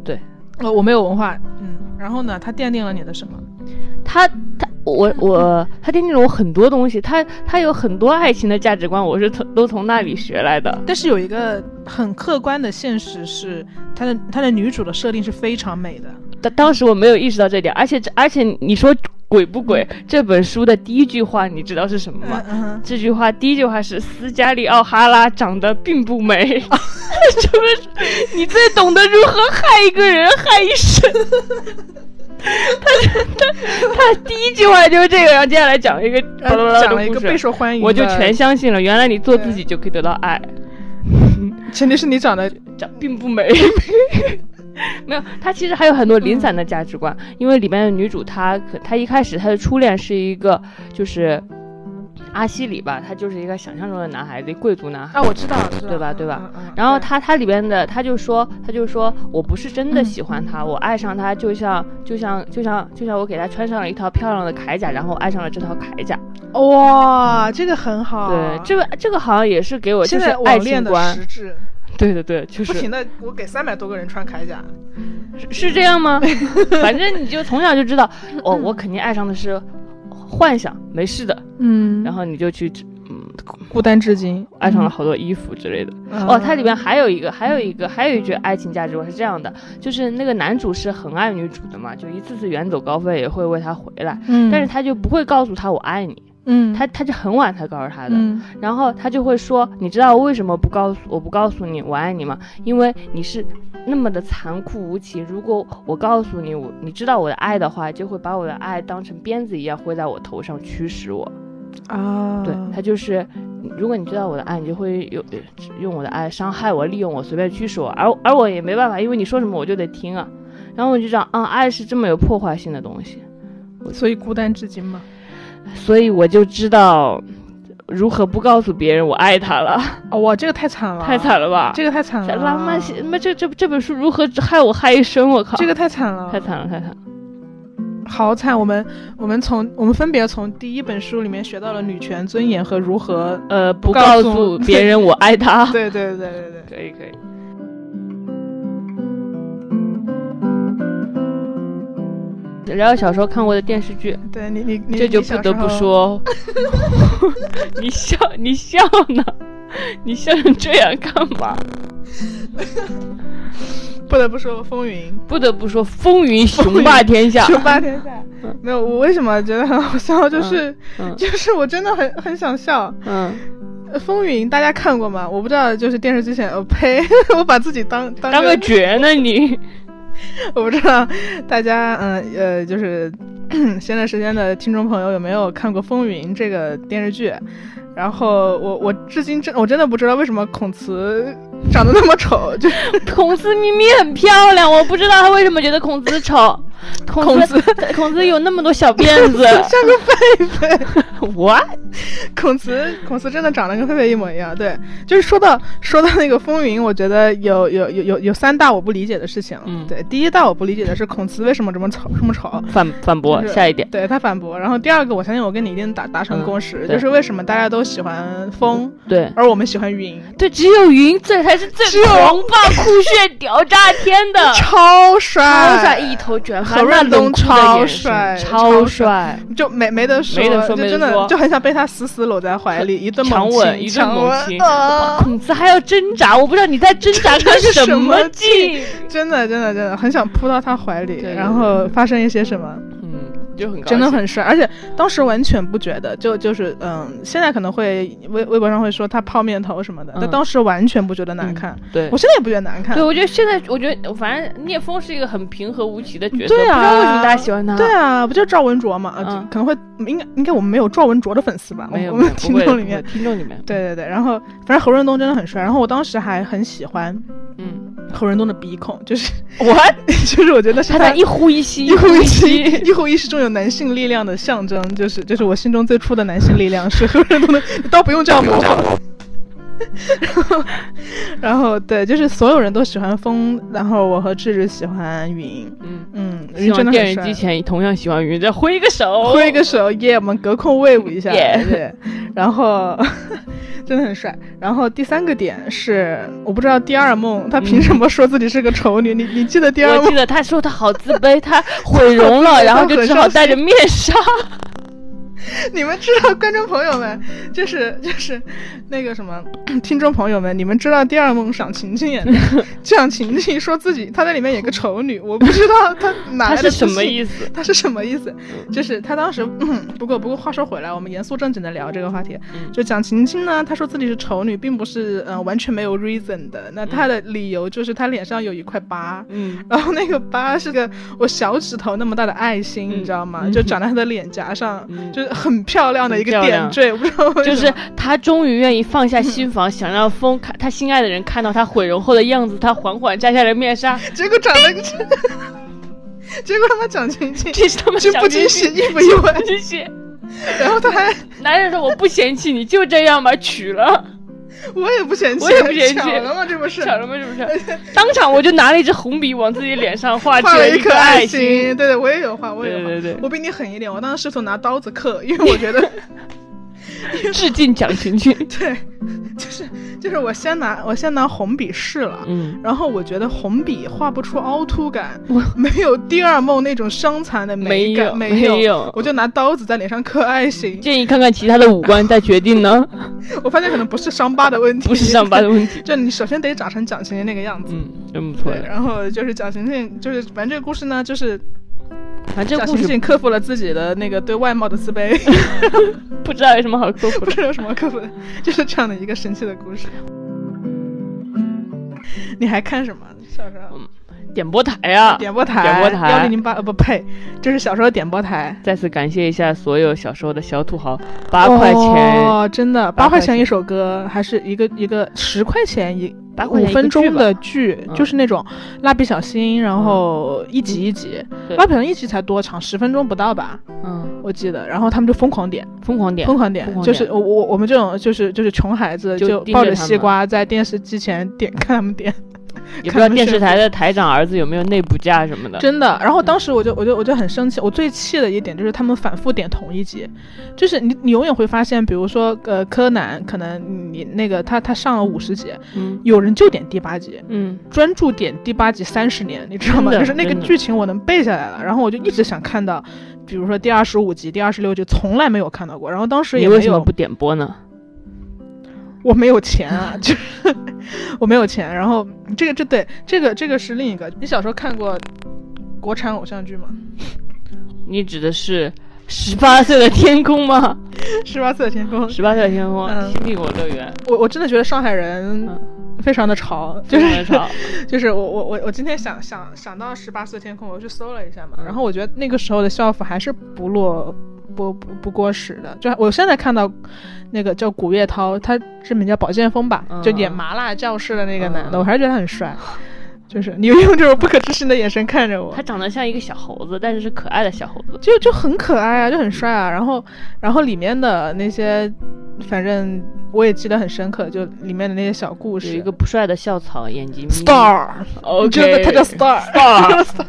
Speaker 3: 对，
Speaker 2: 呃，我没有文化，嗯，然后呢，它奠定了你的什么？
Speaker 3: 他他我我他奠定了我很多东西，他他有很多爱情的价值观，我是从都从那里学来的。
Speaker 2: 但是有一个很客观的现实是，它的它的女主的设定是非常美的，
Speaker 3: 当当时我没有意识到这点，而且这而且你说鬼不鬼？这本书的第一句话你知道是什么吗？
Speaker 2: 嗯嗯哼。
Speaker 3: 这句话第一句话是斯嘉丽奥哈拉长得并不美，
Speaker 2: (laughs)
Speaker 3: 就是你最懂得如何害一个人害一
Speaker 2: (laughs)
Speaker 3: 生。他他他第一句话就是这个，然后接下来讲一个巴拉巴拉
Speaker 2: 呃讲了
Speaker 3: 的
Speaker 2: 一
Speaker 3: 故
Speaker 2: 个
Speaker 3: 事
Speaker 2: 备受欢迎的，
Speaker 3: 我就全相信了。原来你做自己就可以得到爱，
Speaker 2: 前提是
Speaker 3: (laughs)
Speaker 2: 你长得
Speaker 3: 长并不美。没有，他其实还有很多零散的价值观，
Speaker 2: 嗯
Speaker 3: 因为里面的女主她可她一开始她的初恋是一个就是阿西里吧，他就是一个想象中的男孩子，贵族男孩。
Speaker 2: 啊，我知道，我知道
Speaker 3: 对吧对吧？
Speaker 2: 嗯嗯嗯
Speaker 3: 然后
Speaker 2: 对
Speaker 3: 他他里边的他就说他就说我不是真
Speaker 2: 嗯
Speaker 3: 的喜欢他，我爱上他就像就像就像就像我给他穿上了一套漂亮的铠甲，然后爱上了这套�甲甲。
Speaker 2: 哇，这个很好。
Speaker 3: 对，这个这个好像也是给我就
Speaker 2: 哦现
Speaker 3: 是
Speaker 2: 在
Speaker 3: 爱
Speaker 2: 网
Speaker 3: 情
Speaker 2: 恋的
Speaker 3: 观。
Speaker 2: 实质，
Speaker 3: 对对对，就
Speaker 2: 不
Speaker 3: 是
Speaker 2: 停的我给三百多个人穿铠甲，
Speaker 3: 是这样
Speaker 2: (laughs)
Speaker 3: 吗？反正你就从小就知道，
Speaker 2: 嗯
Speaker 3: 哦，我肯定爱上的是幻想，没事的。
Speaker 2: 嗯
Speaker 3: 然后你就去嗯
Speaker 2: 孤单至今。
Speaker 3: 爱上了好多衣服之类的。
Speaker 2: 嗯
Speaker 3: 哦，它里边还有一个，还有一个，还有一句爱情价值观是这样的，就是那个男主是很爱女主的嘛，就一次次远走高飞也会为她回来，
Speaker 2: 嗯，
Speaker 3: 但是他就不会告诉她我爱你，
Speaker 2: 嗯，
Speaker 3: 他他就很晚才告诉她的，
Speaker 2: 嗯
Speaker 3: 然后他就会说，你知道为什么不告诉我不告诉你我爱你吗？因为你是那么的残酷无情，如果我告诉你我你知道我的爱的话，就会把我的爱当成鞭子一样挥在我头上驱使我。
Speaker 2: 啊，
Speaker 3: 对他就是如果你知道我的爱，你就会用用我的爱伤害我、利用我、随便驱使我，而而我也没办法，因为你说什么我就得听啊。然后我就知道，啊，爱是这么有破坏性的东西，
Speaker 2: 所以孤单至今嘛。
Speaker 3: 所以我就知道如何不告诉别人我爱他了。
Speaker 2: 哦，哇，这个太惨了，
Speaker 3: (laughs) 太惨了吧？
Speaker 2: 这个太惨了。
Speaker 3: 浪漫写，那这这这本书如何害我害一生？我靠，
Speaker 2: 这个太惨了，
Speaker 3: 太惨了，太惨了。
Speaker 2: 好惨！我们我们从我们分别从第一本书里面学到了女权尊严和如何
Speaker 3: 呃不
Speaker 2: 告
Speaker 3: 告
Speaker 2: 诉
Speaker 3: 诉 (laughs) 别人我爱他。
Speaker 2: (laughs)
Speaker 3: (laughs)
Speaker 2: 对对对对对。
Speaker 3: 可以可以。聊聊小时候看过的电视剧，
Speaker 2: 对你你你
Speaker 3: 这就
Speaker 2: 你小
Speaker 3: 不得
Speaker 2: 时
Speaker 3: 不
Speaker 2: 候
Speaker 3: 说， (laughs) 你笑你笑呢， (laughs) 你笑成这样干嘛？
Speaker 2: 不得不说风 (laughs) 云
Speaker 3: 不得不说，风云雄霸天下。
Speaker 2: 雄霸天下。没有，我为什么觉得很好笑？就是、 (laughs)
Speaker 3: 嗯
Speaker 2: 就是我真的很很想笑。
Speaker 3: 嗯，
Speaker 2: 呃风云大家看过吗？我不知道，就是电视机前，呃呸， (laughs) 我把自己当当
Speaker 3: 当
Speaker 2: 个
Speaker 3: 个绝呢你。
Speaker 2: (laughs) 我不知道大家，嗯呃，就是 (coughs) 闲着时间的听众朋友有没有看过《风云》这个电视剧？然后我我至今真我真的不知道为什么孔慈长得那么丑，就是 (laughs)
Speaker 3: 孔子明明很漂亮，我不知道他为什么觉得孔子
Speaker 2: (laughs)
Speaker 3: 丑。孔
Speaker 2: 孔
Speaker 3: 子孔子有那么多小辫子
Speaker 2: (laughs) 像个狒
Speaker 3: (laughs)
Speaker 2: 狒。
Speaker 3: ，what？
Speaker 2: 孔慈孔慈真的长得跟狒狒一模一样。对，就是说到说到那个《风云》，我觉得有有有有有三大我不理解的事情。
Speaker 3: 嗯
Speaker 2: 对，第一大我不理解的是孔慈为什么这么丑这么丑。
Speaker 3: 反反驳
Speaker 2: 就是
Speaker 3: 下一点。
Speaker 2: 对他反驳，然后第二个，我相信我跟你一定达达成
Speaker 3: 嗯
Speaker 2: 共识，
Speaker 3: 对
Speaker 2: 就是为什么大家都喜欢风，
Speaker 3: 对
Speaker 2: 而我们喜欢云，
Speaker 3: 对，只有云这才是最
Speaker 2: 只有。
Speaker 3: 狂暴、酷炫、屌炸天的
Speaker 2: (laughs) 超帅，
Speaker 3: 超帅，一头卷发，那
Speaker 2: 何
Speaker 3: 冷
Speaker 2: 润东
Speaker 3: 酷的
Speaker 2: 超
Speaker 3: 眼神
Speaker 2: 帅，
Speaker 3: 超
Speaker 2: 超
Speaker 3: 帅，
Speaker 2: 就没没得说，
Speaker 3: 没得说
Speaker 2: 就
Speaker 3: 没得
Speaker 2: 真的
Speaker 3: 说
Speaker 2: 就很想被他死死搂在怀里，一顿
Speaker 3: 强
Speaker 2: 猛
Speaker 3: 吻
Speaker 2: 亲
Speaker 3: 一顿
Speaker 2: 强
Speaker 3: 猛
Speaker 2: 吻
Speaker 3: 亲
Speaker 2: 啊
Speaker 3: 孔子还要挣扎，我不知道你在挣扎
Speaker 2: 这
Speaker 3: 个
Speaker 2: 是
Speaker 3: 什
Speaker 2: 什么
Speaker 3: 劲，
Speaker 2: 真的真的真的很想扑到他怀里，
Speaker 3: 对
Speaker 2: 然后发生一些什么，
Speaker 3: 嗯，就很高
Speaker 2: 真的
Speaker 3: 兴
Speaker 2: 很帅，而且当时完全不觉得，就就是嗯，现在可能会微微博上会说他泡面头什么的，
Speaker 3: 嗯
Speaker 2: 但当时完全不觉得难看，
Speaker 3: 对
Speaker 2: 我。现在也不觉得难看
Speaker 3: 对，，我觉得现在，我觉得反正聂风是一个很平和无奇的角色，
Speaker 2: 对啊
Speaker 3: 不知道为什么大家喜欢他。
Speaker 2: 对啊，不就是赵文卓嘛？呃
Speaker 3: 嗯
Speaker 2: 可能会应该应该我们没有赵文卓的粉丝吧？我
Speaker 3: 没有
Speaker 2: 我
Speaker 3: 没有
Speaker 2: 们
Speaker 3: 不
Speaker 2: 听
Speaker 3: 会的
Speaker 2: 众里
Speaker 3: 不
Speaker 2: 面
Speaker 3: 会的听众里面，
Speaker 2: 对对对，然后反正何润东真的很帅，然后我当时还很喜欢
Speaker 3: 嗯，
Speaker 2: 何润东的鼻孔，就是 (laughs)
Speaker 3: 我
Speaker 2: 就是我觉得是
Speaker 3: 他在一呼一吸，
Speaker 2: (laughs) 一呼
Speaker 3: 一
Speaker 2: 一吸，一呼一吸中有男性力量的象征，就是就是我心中最初的男性力量是 (laughs) 何润东的，倒不用这样，不用这样。 (laughs) 然后，然后对，就是所有人都喜欢风，然后我和智智喜欢云，
Speaker 3: 嗯，
Speaker 2: 嗯，
Speaker 3: 希
Speaker 2: 云
Speaker 3: 望
Speaker 2: 真的
Speaker 3: 电
Speaker 2: 很
Speaker 3: 视
Speaker 2: 帅
Speaker 3: 机。前同样喜欢云，再挥一个手，
Speaker 2: 挥一个手，耶、我们隔空威武一下
Speaker 3: 哦 Yeah
Speaker 2: 对，然后 (laughs) 真的很帅。然后第三个点是，我不知道第二梦她凭什么说自己是个丑女？你你记得第
Speaker 3: 嗯
Speaker 2: 二
Speaker 3: 我
Speaker 2: 梦
Speaker 3: 记？得他说他好自卑，他毁容
Speaker 2: (laughs)
Speaker 3: 了，然后就只好戴着面纱。
Speaker 2: 你们知道，观众朋友们，就是就是那个什么， (clears throat) 听众朋友们，你们知道第二梦赏晴晴
Speaker 3: (laughs)
Speaker 2: 演的，赏晴晴说自己她在里面演个丑女，我不知道她哪
Speaker 3: 他
Speaker 2: 来的
Speaker 3: 是什么
Speaker 2: 自信
Speaker 3: 意思？
Speaker 2: 他是什么意思？
Speaker 3: 嗯
Speaker 2: 就是他当时，嗯不过不过话说回来，我们严肃正经的聊这个话题。
Speaker 3: 嗯
Speaker 2: 就蒋勤勤呢，她说自己是丑女，并不是呃完全没有 reason 的。那她的理由就是她脸上有一块疤，
Speaker 3: 嗯，
Speaker 2: 然后那个疤是个我小指头那么大的爱心，
Speaker 3: 嗯
Speaker 2: 你知道吗？
Speaker 3: 嗯
Speaker 2: 就长在她的脸颊上，
Speaker 3: 嗯
Speaker 2: 就是很漂亮的一个
Speaker 3: 很漂亮
Speaker 2: 点缀。我不知道为什
Speaker 3: 就
Speaker 2: 么嗯
Speaker 3: 是他终于愿意放下心防，想让风看他心爱的人看到他毁容后的样子，他缓缓摘下了面
Speaker 2: (laughs)
Speaker 3: 纱。
Speaker 2: 结果长得，结果他妈蒋勤
Speaker 3: (laughs)
Speaker 2: 勤
Speaker 3: 这是他们
Speaker 2: 就
Speaker 3: 想
Speaker 2: 不惊
Speaker 3: 进去
Speaker 2: 喜，意不意外？
Speaker 3: 这些
Speaker 2: 然后他还
Speaker 3: 男人说我不嫌弃你，就这样吧，娶了，
Speaker 2: 我也不嫌弃，
Speaker 3: 我也不嫌弃
Speaker 2: 巧了吗？这不是
Speaker 3: 巧了吗？是不是？当场我就拿了一支红笔往自己脸上画
Speaker 2: 画
Speaker 3: 出
Speaker 2: 了
Speaker 3: 一
Speaker 2: 颗
Speaker 3: 爱
Speaker 2: 心，。对对，我也有画，我也有画。
Speaker 3: 对对对
Speaker 2: 我比你狠一点，我当时试图拿刀子刻，因为
Speaker 3: (laughs)
Speaker 2: 我觉得
Speaker 3: 致敬蒋勤
Speaker 2: (laughs)
Speaker 3: 勤。
Speaker 2: 对，就是就是我先拿我先拿红笔试了。
Speaker 3: 嗯，
Speaker 2: 然后我觉得红笔画不出凹
Speaker 3: (laughs)
Speaker 2: 凸感，没有第二梦那种伤残的美感，
Speaker 3: 没
Speaker 2: 没
Speaker 3: 有没有
Speaker 2: 我就拿刀子在脸上刻爱心。
Speaker 3: 建议看看其他的五官再决定
Speaker 2: (laughs)
Speaker 3: 呢，
Speaker 2: 我发现可能不是伤疤的问
Speaker 3: (laughs)
Speaker 2: 题，
Speaker 3: 不是上班的，问题。
Speaker 2: 就你首先得长成蒋勤勤那个样子。
Speaker 3: 嗯，真不错
Speaker 2: 对，。然后就是蒋勤勤，就是反正这个故事呢，就是
Speaker 3: 反正
Speaker 2: 蒋
Speaker 3: 这故
Speaker 2: 勤
Speaker 3: 事
Speaker 2: 勤克服了自己的那个对外貌的自卑。
Speaker 3: 不知道有什么好
Speaker 2: (laughs)
Speaker 3: 说服
Speaker 2: 不
Speaker 3: 的。 (laughs)
Speaker 2: 知道有什么可不，就是这样的一个神奇的故事。你还看什么？小时候
Speaker 3: 点播台啊呀、
Speaker 2: 点播台，
Speaker 3: 点播台
Speaker 2: 幺零零八呃不呸，这是小时候点播台，
Speaker 3: 再次感谢一下所有小时候的小土豪，八块钱，
Speaker 2: 哦，真的
Speaker 3: 八
Speaker 2: 八
Speaker 3: 块
Speaker 2: 块
Speaker 3: 钱
Speaker 2: 钱一首歌，还是一个一个十块钱一
Speaker 3: 八块
Speaker 2: 五
Speaker 3: 钱一个
Speaker 2: 分
Speaker 3: 剧
Speaker 2: 钟
Speaker 3: 吧
Speaker 2: 的剧，
Speaker 3: 嗯
Speaker 2: 就是那种蜡笔小新，然后一集一集，
Speaker 3: 对
Speaker 2: 蜡笔小新一集才多长，十分钟不到吧，
Speaker 3: 嗯，
Speaker 2: 我记得。然后他们就疯狂点，
Speaker 3: 疯狂点
Speaker 2: 疯，狂点
Speaker 3: 疯，狂
Speaker 2: 就是
Speaker 3: 点
Speaker 2: 我我我们这种就是就是穷孩子
Speaker 3: 就
Speaker 2: 就
Speaker 3: 盯
Speaker 2: 抱
Speaker 3: 着
Speaker 2: 着
Speaker 3: 他
Speaker 2: 西
Speaker 3: 们
Speaker 2: 瓜在电视机前点看他们点，
Speaker 3: 也不知道
Speaker 2: 看他们
Speaker 3: 电视
Speaker 2: 炫富
Speaker 3: 台的台长儿子有没有内部价什么的，
Speaker 2: 真的。
Speaker 3: 嗯
Speaker 2: 然后当时我就我就我就很生气，我最气的一点就是他们反复点同一集，就是你你永远会发现，比如说呃柯南，可能你那个他他上了五十集，
Speaker 3: 嗯
Speaker 2: 有人就点第八集，
Speaker 3: 嗯，
Speaker 2: 专注点第八集三十年，你知道吗？
Speaker 3: 真的
Speaker 2: 就是那个
Speaker 3: 真的
Speaker 2: 剧情我能背下来了，然后我就一直想看到，比如说第二十五集、第二十六集，从来没有看到过。然后当时
Speaker 3: 你
Speaker 2: 也
Speaker 3: 为
Speaker 2: 没
Speaker 3: 什么
Speaker 2: 有
Speaker 3: 不，点播呢？
Speaker 2: 我没有钱啊， (laughs) 就是我没有钱。然后这个这对这个这个是另一个。你小时候看过国产偶像剧吗？ (laughs)
Speaker 3: 你指的是十八岁的天空吗？
Speaker 2: 十八岁的天
Speaker 3: (laughs)
Speaker 2: 空，
Speaker 3: 十八岁的天空，
Speaker 2: 嗯
Speaker 3: 新帝国乐园，
Speaker 2: 我我真的觉得上海人非常的潮，就
Speaker 3: 就是是吵，
Speaker 2: (laughs) 就是我我我我今天想想想到十八岁天空，我去搜了一下嘛，
Speaker 3: 嗯
Speaker 2: 然后我觉得那个时候的校服还是不落不不不过时的，就我现在看到那个叫古月涛，他是名叫宝剑锋吧，
Speaker 3: 嗯
Speaker 2: 就演麻辣教室的那个男的，
Speaker 3: 嗯
Speaker 2: 我还是觉得他很帅，就是你用这种不可置信的眼神看着我
Speaker 3: 他。长得像一个小猴子，但是是可爱的小猴子，
Speaker 2: 就就很可爱啊，就很帅啊。然后，然后里面的那些，反正我也记得很深刻，就里面的那些小故
Speaker 3: 有
Speaker 2: 事。
Speaker 3: 一个不帅的校草，眼睛眯
Speaker 2: star，
Speaker 3: o
Speaker 2: 我觉得他叫
Speaker 3: (laughs)
Speaker 2: star，
Speaker 3: Star，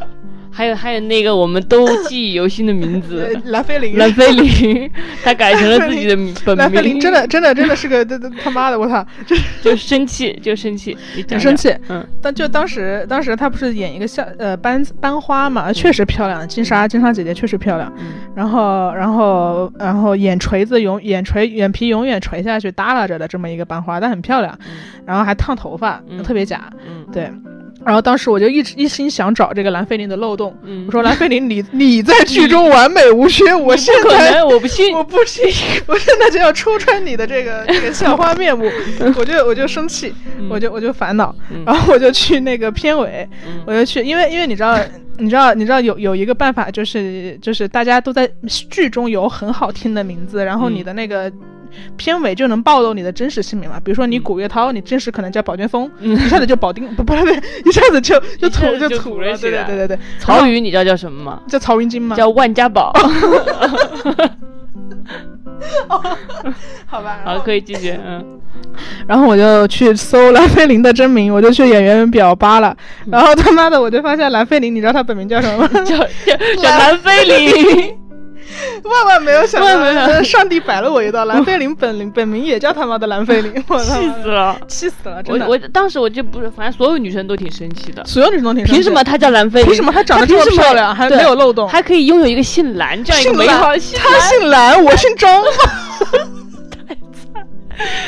Speaker 3: 还
Speaker 2: (laughs)
Speaker 3: 有还有那个我们都记忆犹新的名字
Speaker 2: 蓝菲
Speaker 3: (laughs)
Speaker 2: 林，
Speaker 3: 蓝菲林， (laughs) 他改成了自己的名本名，
Speaker 2: 蓝菲林真的真的真的是个这这他妈的，我操，
Speaker 3: 就生气就生气，你讲
Speaker 2: 很生
Speaker 3: 讲，
Speaker 2: 气。
Speaker 3: 嗯
Speaker 2: 但就当时当时他不是演一个校呃班班花嘛，确实漂亮，金莎金莎姐姐确实漂亮。
Speaker 3: 嗯
Speaker 2: 然后然后然后眼垂子永眼垂眼皮永远垂下去耷拉着的这么一个班花，但很漂亮，然后还烫头发，
Speaker 3: 嗯
Speaker 2: 特别假。
Speaker 3: 嗯
Speaker 2: 对，然后当时我就一直一心想找这个蓝菲林的漏洞。
Speaker 3: 嗯，
Speaker 2: 我说蓝菲林，你你在剧中完美无缺，我现
Speaker 3: 不可
Speaker 2: 在
Speaker 3: 能，我 (laughs) 不信，
Speaker 2: (laughs) 我不行，我现在就要戳穿你的这个 (laughs) 这个校花
Speaker 3: (laughs)
Speaker 2: 面目，我就我就生气，
Speaker 3: 嗯
Speaker 2: 我就我就烦恼，
Speaker 3: 嗯
Speaker 2: 然后我就去那个片尾，
Speaker 3: 嗯
Speaker 2: 我就去，因为因为你知道，你知道，你知道有有一个办法，就是就是大家都在剧中有很好听的名字，然后
Speaker 3: 嗯
Speaker 2: 你的那个。片尾就能暴露你的真实姓名了，比如说你
Speaker 3: 嗯
Speaker 2: 古月涛，你真实可能叫宝剑锋，
Speaker 3: 嗯
Speaker 2: 一下子就保定不不对，一下子就就
Speaker 3: 一下
Speaker 2: 土
Speaker 3: 子就
Speaker 2: 土
Speaker 3: 土了
Speaker 2: 了，
Speaker 3: 起
Speaker 2: 对对
Speaker 3: 来
Speaker 2: 对对对，
Speaker 3: 嗯曹禺，你知道叫什么吗？
Speaker 2: 叫曹云金吗？
Speaker 3: 叫万家
Speaker 2: (laughs)
Speaker 3: 宝。
Speaker 2: 好吧，然
Speaker 3: 好，
Speaker 2: 后
Speaker 3: 可以继续，嗯， (laughs)
Speaker 2: 然后我就去搜蓝菲林的真名，我就去演员表扒了，
Speaker 3: 嗯
Speaker 2: 然后他妈的我就发现蓝菲林，你知道他本名叫什么
Speaker 3: (laughs)
Speaker 2: 吗？
Speaker 3: 叫叫叫蓝菲林， (laughs)
Speaker 2: 万万没有想
Speaker 3: 万万没有
Speaker 2: 到，上帝摆了我一道，蓝菲林本本名也叫他妈的蓝
Speaker 3: (laughs)
Speaker 2: 菲林，我他
Speaker 3: 气
Speaker 2: 妈
Speaker 3: 死
Speaker 2: 的
Speaker 3: 了！
Speaker 2: 气死了，
Speaker 3: 我
Speaker 2: 真的。
Speaker 3: 我当时我就不是，反正所有女生都挺生气的。
Speaker 2: 所有女生都挺生
Speaker 3: (laughs)
Speaker 2: 气
Speaker 3: 凭什么？她叫蓝菲林？
Speaker 2: 凭什么她长得这
Speaker 3: 凭
Speaker 2: 么
Speaker 3: 什么
Speaker 2: 漂亮，还没有漏洞？
Speaker 3: 还可以拥有一个姓蓝这样一个
Speaker 2: 姓
Speaker 3: 美
Speaker 2: 蓝
Speaker 3: 好的姓
Speaker 2: 她姓蓝，我姓
Speaker 3: (laughs)
Speaker 2: 张，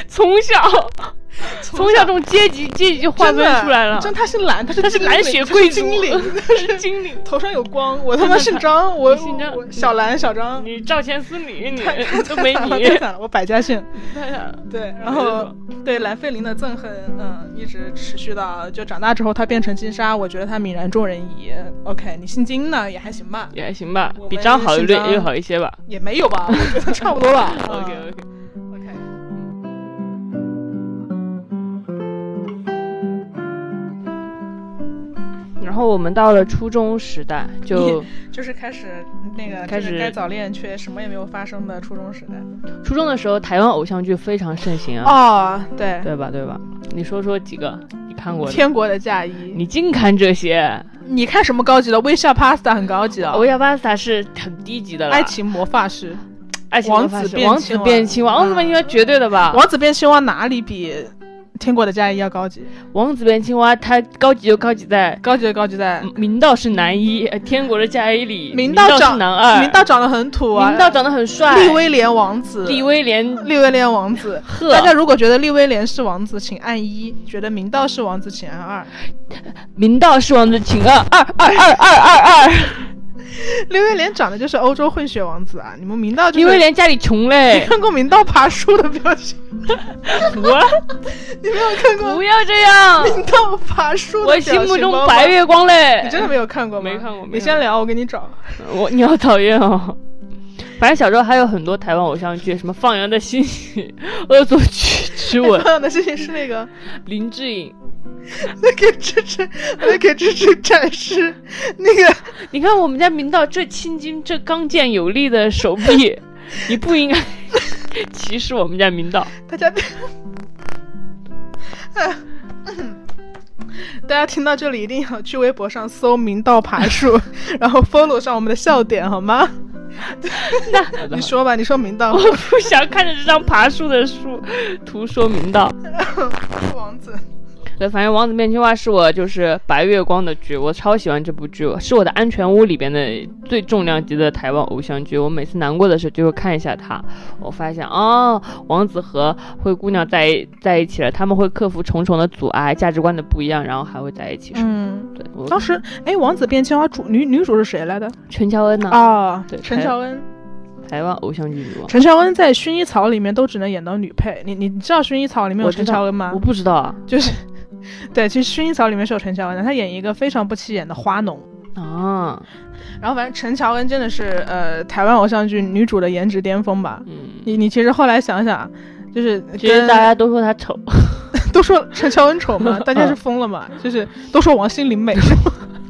Speaker 3: 从小 (laughs) 从小这种阶级阶级就划
Speaker 2: 真
Speaker 3: 分
Speaker 2: 的
Speaker 3: 出来了。
Speaker 2: 真她姓蓝，她是
Speaker 3: 她是
Speaker 2: 精灵
Speaker 3: 蓝血贵
Speaker 2: 她
Speaker 3: 族， (laughs)
Speaker 2: 是精灵，
Speaker 3: 她是精灵。
Speaker 2: 头上有光。我他妈姓张，我
Speaker 3: 你姓张
Speaker 2: 我小蓝小张，
Speaker 3: 你赵钱孙李，你
Speaker 2: 太太
Speaker 3: (laughs) 都没
Speaker 2: 惨了
Speaker 3: 你。
Speaker 2: (laughs) 太惨了，我百家姓。
Speaker 3: (laughs) 太惨了
Speaker 2: 对，然后对蓝菲林的憎恨，嗯，一直持续到就长大之后，她变成金莎，我觉得她泯然众人矣。OK，你姓金呢，也还行吧，
Speaker 3: 也还行吧
Speaker 2: 我，
Speaker 3: 比
Speaker 2: 们
Speaker 3: 张好
Speaker 2: 姓
Speaker 3: 略
Speaker 2: 张
Speaker 3: 略好一些 (laughs) 吧。
Speaker 2: 也没有吧，我觉得差不
Speaker 3: (laughs)
Speaker 2: 多吧。
Speaker 3: OK OK，
Speaker 2: OK。
Speaker 3: 然后我们到了初中时代，就
Speaker 2: 就是开始那个
Speaker 3: 开始嗯
Speaker 2: 就是该早恋却什么也没有发生的初中时代。
Speaker 3: 初中的时候，台湾偶像剧非常盛行啊，
Speaker 2: 哦，对，
Speaker 3: 对吧？对吧？你说说几个你看过的？
Speaker 2: 天国的嫁衣。
Speaker 3: 你净看这些，
Speaker 2: 你看什么高级的？微笑 Pasta 很高级的、
Speaker 3: 欧亚巴萨是很低级的了。
Speaker 2: 爱情魔法师，
Speaker 3: 爱情
Speaker 2: 王
Speaker 3: 魔法
Speaker 2: 子
Speaker 3: 师
Speaker 2: 变
Speaker 3: 王
Speaker 2: 青
Speaker 3: 子
Speaker 2: 蛙
Speaker 3: 变青蛙，啊王子变青蛙绝对的吧？
Speaker 2: 王子变青蛙哪里比天国的嫁衣要高级？
Speaker 3: 王子变青蛙，它高级就高级在
Speaker 2: 高级的高级在。
Speaker 3: 嗯明道是男一，呃天国的嫁衣里
Speaker 2: 明
Speaker 3: 道
Speaker 2: 道
Speaker 3: 是
Speaker 2: 长
Speaker 3: 男二，
Speaker 2: 明道长得很土啊，
Speaker 3: 明道长得很帅，
Speaker 2: 利威廉王子，
Speaker 3: 利威廉
Speaker 2: 利威廉王子。
Speaker 3: 赫，
Speaker 2: 大家如果觉得利威廉是王子，请按一；觉得明道是王子，请按
Speaker 3: (laughs)
Speaker 2: 二。
Speaker 3: 明道是王子，请二二二二二二 (laughs) 二，
Speaker 2: 利威廉长得就是欧洲混血王子啊！你们明道就
Speaker 3: (laughs) 利
Speaker 2: 是
Speaker 3: 威廉家里穷
Speaker 2: 你
Speaker 3: 嘞，
Speaker 2: 看过明道爬树的表情？ (laughs)
Speaker 3: 我
Speaker 2: 你没有看过
Speaker 3: 不要这样，
Speaker 2: 冰冻爬树
Speaker 3: 我
Speaker 2: 的表
Speaker 3: 心目
Speaker 2: 情
Speaker 3: 中
Speaker 2: 包
Speaker 3: 白
Speaker 2: 吗。
Speaker 3: 月光嘞
Speaker 2: 你。真的没有看过吗？
Speaker 3: 没看过没
Speaker 2: 你
Speaker 3: 看
Speaker 2: 先
Speaker 3: 过
Speaker 2: 聊，我给你找。
Speaker 3: 我你好讨厌哦。反正小时候还有很多台湾偶像剧，什么《放羊的星星》《恶作剧之吻
Speaker 2: 看》，到的事情是 (laughs) 那个，
Speaker 3: 林志颖。
Speaker 2: 那给芝芝，那给芝芝展示那个
Speaker 3: 你看我们家明道这青筋、这刚健有力的手臂，你不应该 (laughs) 歧视我们家明道。
Speaker 2: 大家， (laughs) 大家听到这里一定要去微博上搜“明道爬树”， (laughs) 然后 follow 上我们的笑点，好吗？
Speaker 3: 那
Speaker 2: 你说吧，你说明道
Speaker 3: 我不想看着这张爬树的树图说明道。
Speaker 2: 王子，
Speaker 3: 对，反正《王子变青蛙》是我就是白月光的剧，我超喜欢这部剧，是我的安全屋里边的最重量级的台湾偶像剧。我每次难过的时候就会看一下它，我发现哦，王子和灰姑娘在一在一起了，他们会克服重重的阻碍，价值观的不一样，然后还会在一起。是
Speaker 2: 嗯，
Speaker 3: 对，我
Speaker 2: 当时哎，王子变青蛙主女女主是谁来的？
Speaker 3: 陈乔恩呢、
Speaker 2: 啊
Speaker 3: 对哦
Speaker 2: 陈乔恩。
Speaker 3: 台湾偶像剧女王，
Speaker 2: 陈乔恩在《薰衣草》里面都只能演到女配，你你你知道《薰衣草》里面有
Speaker 3: 我知
Speaker 2: 陈
Speaker 3: 道
Speaker 2: 乔恩吗
Speaker 3: 我？不知道啊
Speaker 2: 就是，对，其实《薰衣草》里面是有陈乔恩的，她演一个非常不起眼的花农。
Speaker 3: 啊，
Speaker 2: 然后反正陈乔恩真的是呃台湾偶像剧女主的颜值巅峰吧。
Speaker 3: 嗯，
Speaker 2: 你你其实后来想想，就是
Speaker 3: 其实
Speaker 2: 跟
Speaker 3: 大家都说她丑， (laughs)
Speaker 2: 都说陈乔恩丑嘛，大家
Speaker 3: 嗯
Speaker 2: 是疯了嘛，就是都说王心凌
Speaker 3: (laughs)
Speaker 2: 美是吗？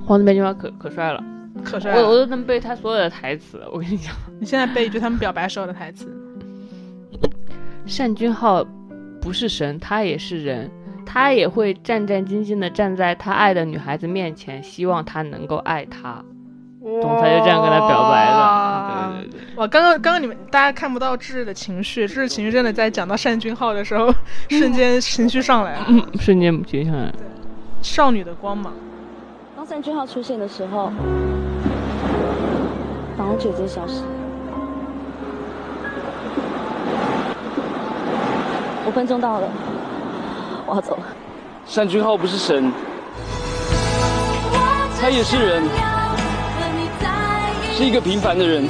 Speaker 3: 黄子变青蛙可可帅了，
Speaker 2: 可是啊
Speaker 3: 我我都能背她所有的台词，我跟你讲。
Speaker 2: 你现在背一句他们表白时候的台词，
Speaker 3: 单君浩不是神，他也是人，他也会战战兢兢地站在他爱的女孩子面前，希望她能够爱他。总裁就这样跟他表白
Speaker 2: 哇
Speaker 3: 的。对对对，
Speaker 2: 哇，刚刚刚刚你们大家看不到智智的情绪，智智情绪真的在讲到单俊浩的时候，瞬间情绪上来了，
Speaker 3: 嗯，瞬间母亲上来了。
Speaker 2: (laughs) 少女的光芒。
Speaker 4: 当三君号出现的时候，防护就已经消失了。五分钟到了，我要走了。
Speaker 5: 单君浩不是神，他也是人，是一个平凡的人，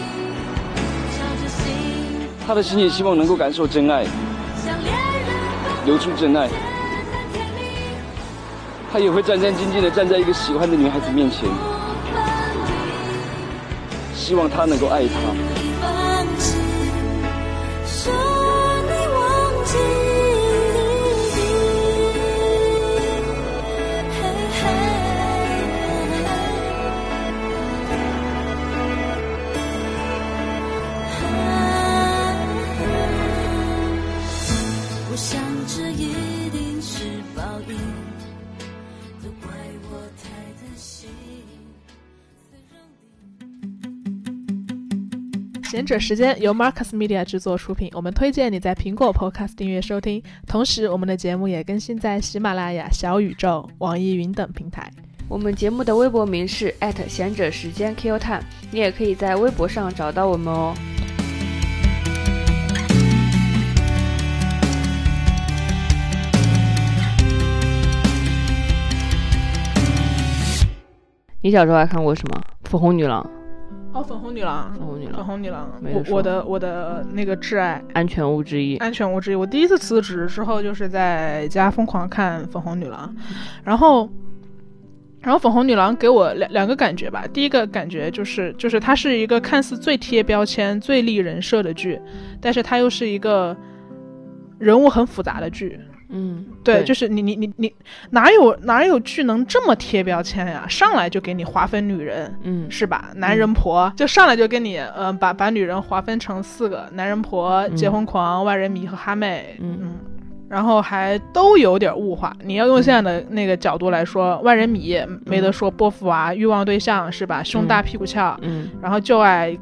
Speaker 5: 他的心也希望能够感受真爱，留住真爱。他也会战战兢兢地站在一个喜欢的女孩子面前，希望她能够爱他。
Speaker 6: 放弃，说你忘记。嘿嘿我想这一定是报应，都怪我太贪心。
Speaker 2: 贤者时间由 Marcus Media 制作出品，我们推荐你在苹果 Podcast 订阅收听，同时我们的节目也更新在喜马拉雅、小宇宙、网易云等平台。
Speaker 3: 我们节目的微博名是贤者时间 Q Time，你也可以在微博上找到我们哦。你小时候还看过什么？粉红女郎，
Speaker 2: 哦，粉红女郎，
Speaker 3: 粉红女
Speaker 2: 粉
Speaker 3: 郎，
Speaker 2: 红女郎，
Speaker 3: 没得
Speaker 2: 我
Speaker 3: 说
Speaker 2: 我的我的那个挚爱，
Speaker 3: 安全屋之一。
Speaker 2: 安全无之一。我第一次辞职之后，就是在家疯狂看粉红女郎，然后。然后粉红女郎给我两两个感觉吧，第一个感觉就是，就是它是一个看似最贴标签、最立人设的剧，但是它又是一个人物很复杂的剧。
Speaker 3: 嗯，
Speaker 2: 对，就是你你你你哪有哪有剧能这么贴标签呀、上来就给你划分女人
Speaker 3: 嗯，
Speaker 2: 是吧？男人婆、就上来就跟你，嗯、把把女人划分成四个：男人婆、
Speaker 3: 嗯
Speaker 2: 结婚狂、外人迷和哈妹。
Speaker 3: 嗯
Speaker 2: 然后还都有点物化。你要用现在的那个角度来说，外人迷没得说，波伏娃、欲望对象是吧？胸大屁股翘，
Speaker 3: 嗯。
Speaker 2: 然后就爱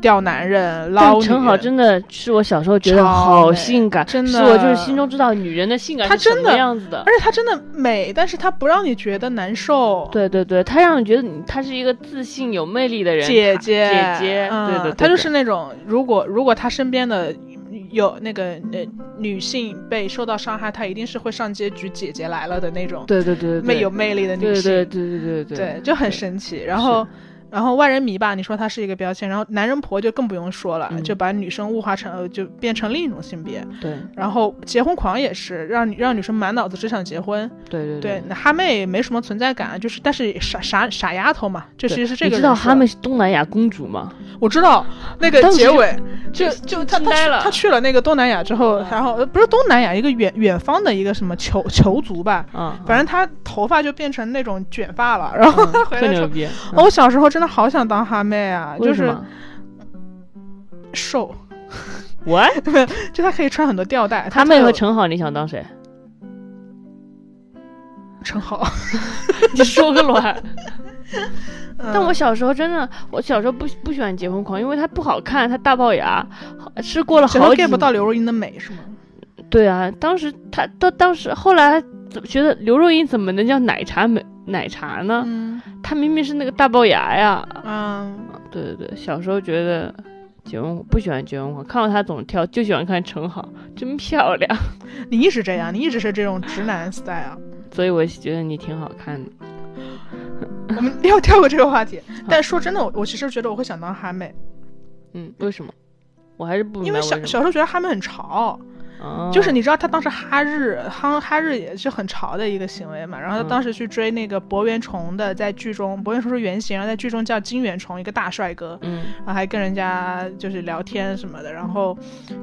Speaker 2: 钓男人、捞
Speaker 3: 但
Speaker 2: 女
Speaker 3: 陈好
Speaker 2: 人
Speaker 3: 真的是我小时候觉得
Speaker 2: 超
Speaker 3: 好
Speaker 2: 美
Speaker 3: 性感，
Speaker 2: 真的
Speaker 3: 是我就是心中知道女人的性感
Speaker 2: 她
Speaker 3: 是什
Speaker 2: 真
Speaker 3: 么
Speaker 2: 的
Speaker 3: 样子的
Speaker 2: 而。且她真的美，但是她不让你觉得难受。
Speaker 3: 对对对，他让你觉得你他是一个自信有魅力的人，
Speaker 2: 姐
Speaker 3: 她
Speaker 2: 姐，
Speaker 3: 姐姐，
Speaker 2: 嗯、
Speaker 3: 对对对，
Speaker 2: 她就
Speaker 3: 对
Speaker 2: 是那种，如果如果她身边的有那个呃女性被受到伤害，她一定是会上街举姐姐来了的那种
Speaker 3: 对对对对，
Speaker 2: 魅
Speaker 3: 对
Speaker 2: 有魅力的女
Speaker 3: 对
Speaker 2: 性，
Speaker 3: 对对对对
Speaker 2: 对就很神奇。然后然后万人迷吧，你说它是一个标签，然后男人婆就更不用说了，
Speaker 3: 嗯
Speaker 2: 就把女生物化成呃就变成另一种性别。
Speaker 3: 对
Speaker 2: 然后结婚狂也是让女让女生满脑子只想结婚。
Speaker 3: 对对
Speaker 2: 对，那哈妹也没什么存在感，就是但是傻傻傻丫头嘛，就
Speaker 3: 对
Speaker 2: 其实是这个
Speaker 3: 你知
Speaker 2: 人设。
Speaker 3: 道哈妹是东南亚公主吗？
Speaker 2: 我知道那个
Speaker 3: 当时
Speaker 2: 结尾，就
Speaker 3: 就
Speaker 2: 就他
Speaker 3: 惊呆
Speaker 2: 他
Speaker 3: 了啊
Speaker 2: 他去了那个东南亚之后，然后呃不是东南亚一个远远方的一个什么球球族吧，
Speaker 3: 啊，
Speaker 2: 反正他头发就变成那种卷发了，然后他回
Speaker 3: 特
Speaker 2: 来
Speaker 3: 嗯
Speaker 2: 说
Speaker 3: 牛。逼。
Speaker 2: 哦，我小时候真的好想当哈妹啊，
Speaker 3: 嗯
Speaker 2: 就
Speaker 3: 为什
Speaker 2: 是
Speaker 3: 么
Speaker 2: 瘦，
Speaker 3: 我
Speaker 2: 就她可以穿很多吊带。
Speaker 3: 哈
Speaker 2: 她
Speaker 3: 妹
Speaker 2: 特
Speaker 3: 和
Speaker 2: 有
Speaker 3: 陈好，你想当
Speaker 2: (laughs)
Speaker 3: 谁？
Speaker 2: 陈好，
Speaker 3: 你说个卵！ (laughs) 但
Speaker 2: 但
Speaker 3: 我小时候真的，我小时候不不喜欢结婚狂，因为它不好看，它大龅牙，好是过了
Speaker 2: 小时候
Speaker 3: 好几
Speaker 2: get 不到刘若英的美是吗？嗯
Speaker 3: 对啊，当时他到当时后来怎么觉得刘若英怎么能叫奶茶美奶茶呢？
Speaker 2: 嗯
Speaker 3: 她明明是那个大龅牙呀！
Speaker 2: 嗯，
Speaker 3: 对对对，小时候觉得结婚不喜欢结婚狂，看到她总跳，就喜欢看陈好，真漂亮。 (laughs)
Speaker 2: 你一直这样，你一直是这种直男 style。
Speaker 3: 所以我觉得你挺好看的。
Speaker 2: 我们要跳过这个话题。但说真的，我我其实觉得我会想当哈妹，
Speaker 3: 嗯，为什么？我还是不明
Speaker 2: 因
Speaker 3: 白
Speaker 2: 为嗯
Speaker 3: 什
Speaker 2: 小
Speaker 3: 么
Speaker 2: 小时候觉得哈妹很潮，
Speaker 3: 哦
Speaker 2: 就是你知道他当时哈日哈哈日也是很潮的一个行为嘛，然后他当时去追那个博元崇的，在剧中博元崇是原型，然后在剧中叫金元崇，一个大帅哥，
Speaker 3: 嗯
Speaker 2: 然后还跟人家就是聊天什么的，然后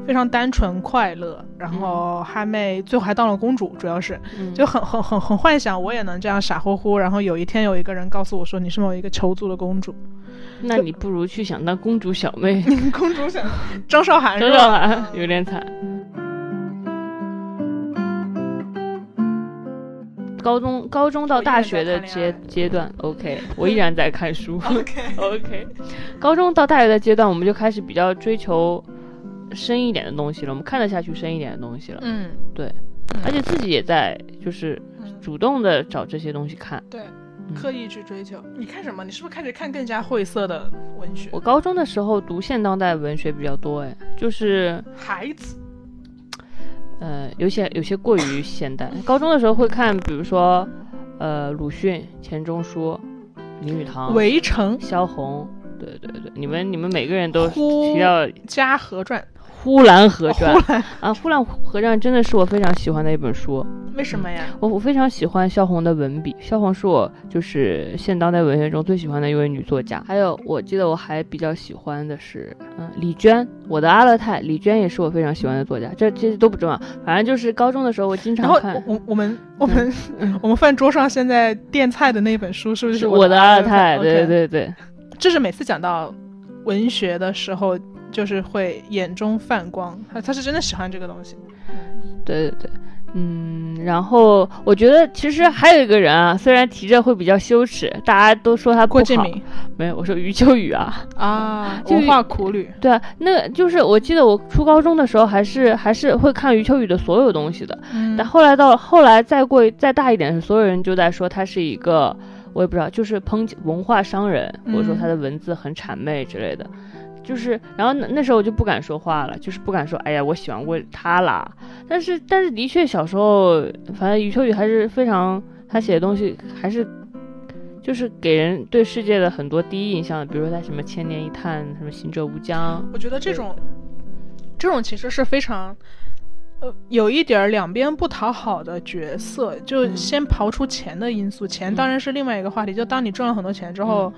Speaker 2: 非常单纯快乐，然后哈妹最后还当了公主，主要是
Speaker 3: 嗯
Speaker 2: 就很很很很幻想我也能这样傻乎乎，然后有一天有一个人告诉我说你是某一个囚族的公主，
Speaker 3: 那你不如去想当公主小妹，
Speaker 2: 公主想张韶涵是
Speaker 3: 周
Speaker 2: 吧？
Speaker 3: 少涵啊 (laughs) 有点惨。高中高中到大学的阶阶段，OK，我依然在看书。OK (laughs) OK，高 (laughs) 中到大学的阶段，我们就开始比较追求深一点的东西了，我们看得下去深一点的东西了，
Speaker 2: 嗯，
Speaker 3: 而且自己也在就是
Speaker 2: 嗯
Speaker 3: 主动的找这些东西看。
Speaker 2: 对，
Speaker 3: 嗯
Speaker 2: 刻意去追求。你看什么？你是不是开始看更加晦涩的文学？
Speaker 3: 我高中的时候读现当代文学比较多，哎，就是
Speaker 2: 孩子，
Speaker 3: 呃，有些有些过于现代。高中的时候会看，比如说，呃，鲁迅、钱钟书、林语堂、
Speaker 2: 围城
Speaker 3: 萧红，对对对，你们你们每个人都
Speaker 2: 呼
Speaker 3: 提到《
Speaker 2: 家和传
Speaker 3: 呼兰河传》
Speaker 2: 呼兰
Speaker 3: 啊，《呼兰河传》真的是我非常喜欢的一本书。
Speaker 2: 为什么呀？
Speaker 3: 我我非常喜欢萧红的文笔，萧红是我就是现当代文学中最喜欢的一位女作家。还有，我记得我还比较喜欢的是，嗯，李娟，《我的阿勒泰》，李娟也是我非常喜欢的作家。这这些都不重要，反正就是高中的时候我经
Speaker 2: 然
Speaker 3: 常
Speaker 2: 后
Speaker 3: 看嗯
Speaker 2: 我。我我们我们、 (laughs) 我们饭桌上现在垫菜的那本书是不
Speaker 3: 是
Speaker 2: 是
Speaker 3: 我的
Speaker 2: 阿
Speaker 3: 阿尔泰，对
Speaker 2: o
Speaker 3: 对对，
Speaker 2: k 这是每次讲到文学的时候，就是会眼中泛光，他他是真的喜欢这个东西。
Speaker 3: 对对对，嗯，然后我觉得其实还有一个人啊，虽然提着会比较羞耻，大家都说他不
Speaker 2: 郭
Speaker 3: 好，
Speaker 2: 敬明
Speaker 3: 没有，我说余秋雨啊，
Speaker 2: 啊，
Speaker 3: 就
Speaker 2: 文化苦旅，
Speaker 3: 对啊，那个就是我记得我初高中的时候还是还是会看余秋雨的所有东西的，
Speaker 2: 嗯
Speaker 3: 但后来到后来再过再大一点，所有人就在说他是一个，我也不知道，就是抨击文化商人，或者说
Speaker 2: 嗯
Speaker 3: 他的文字很谄媚之类的。就是，然后那那时候我就不敢说话了，就是不敢说，哎呀，我喜欢过他啦。但是，但是的确，小时候，反正余秋雨还是非常，他写的东西还是，就是给人对世界的很多第一印象的，比如说他什么《千年一叹》，什么《行者无疆
Speaker 2: 我觉得这种，这种其实是非常，呃，有一点儿两边不讨好的角色。就
Speaker 3: 嗯
Speaker 2: 先刨出钱的因素，钱当然是另外一个话题。就当你赚了很多钱之后，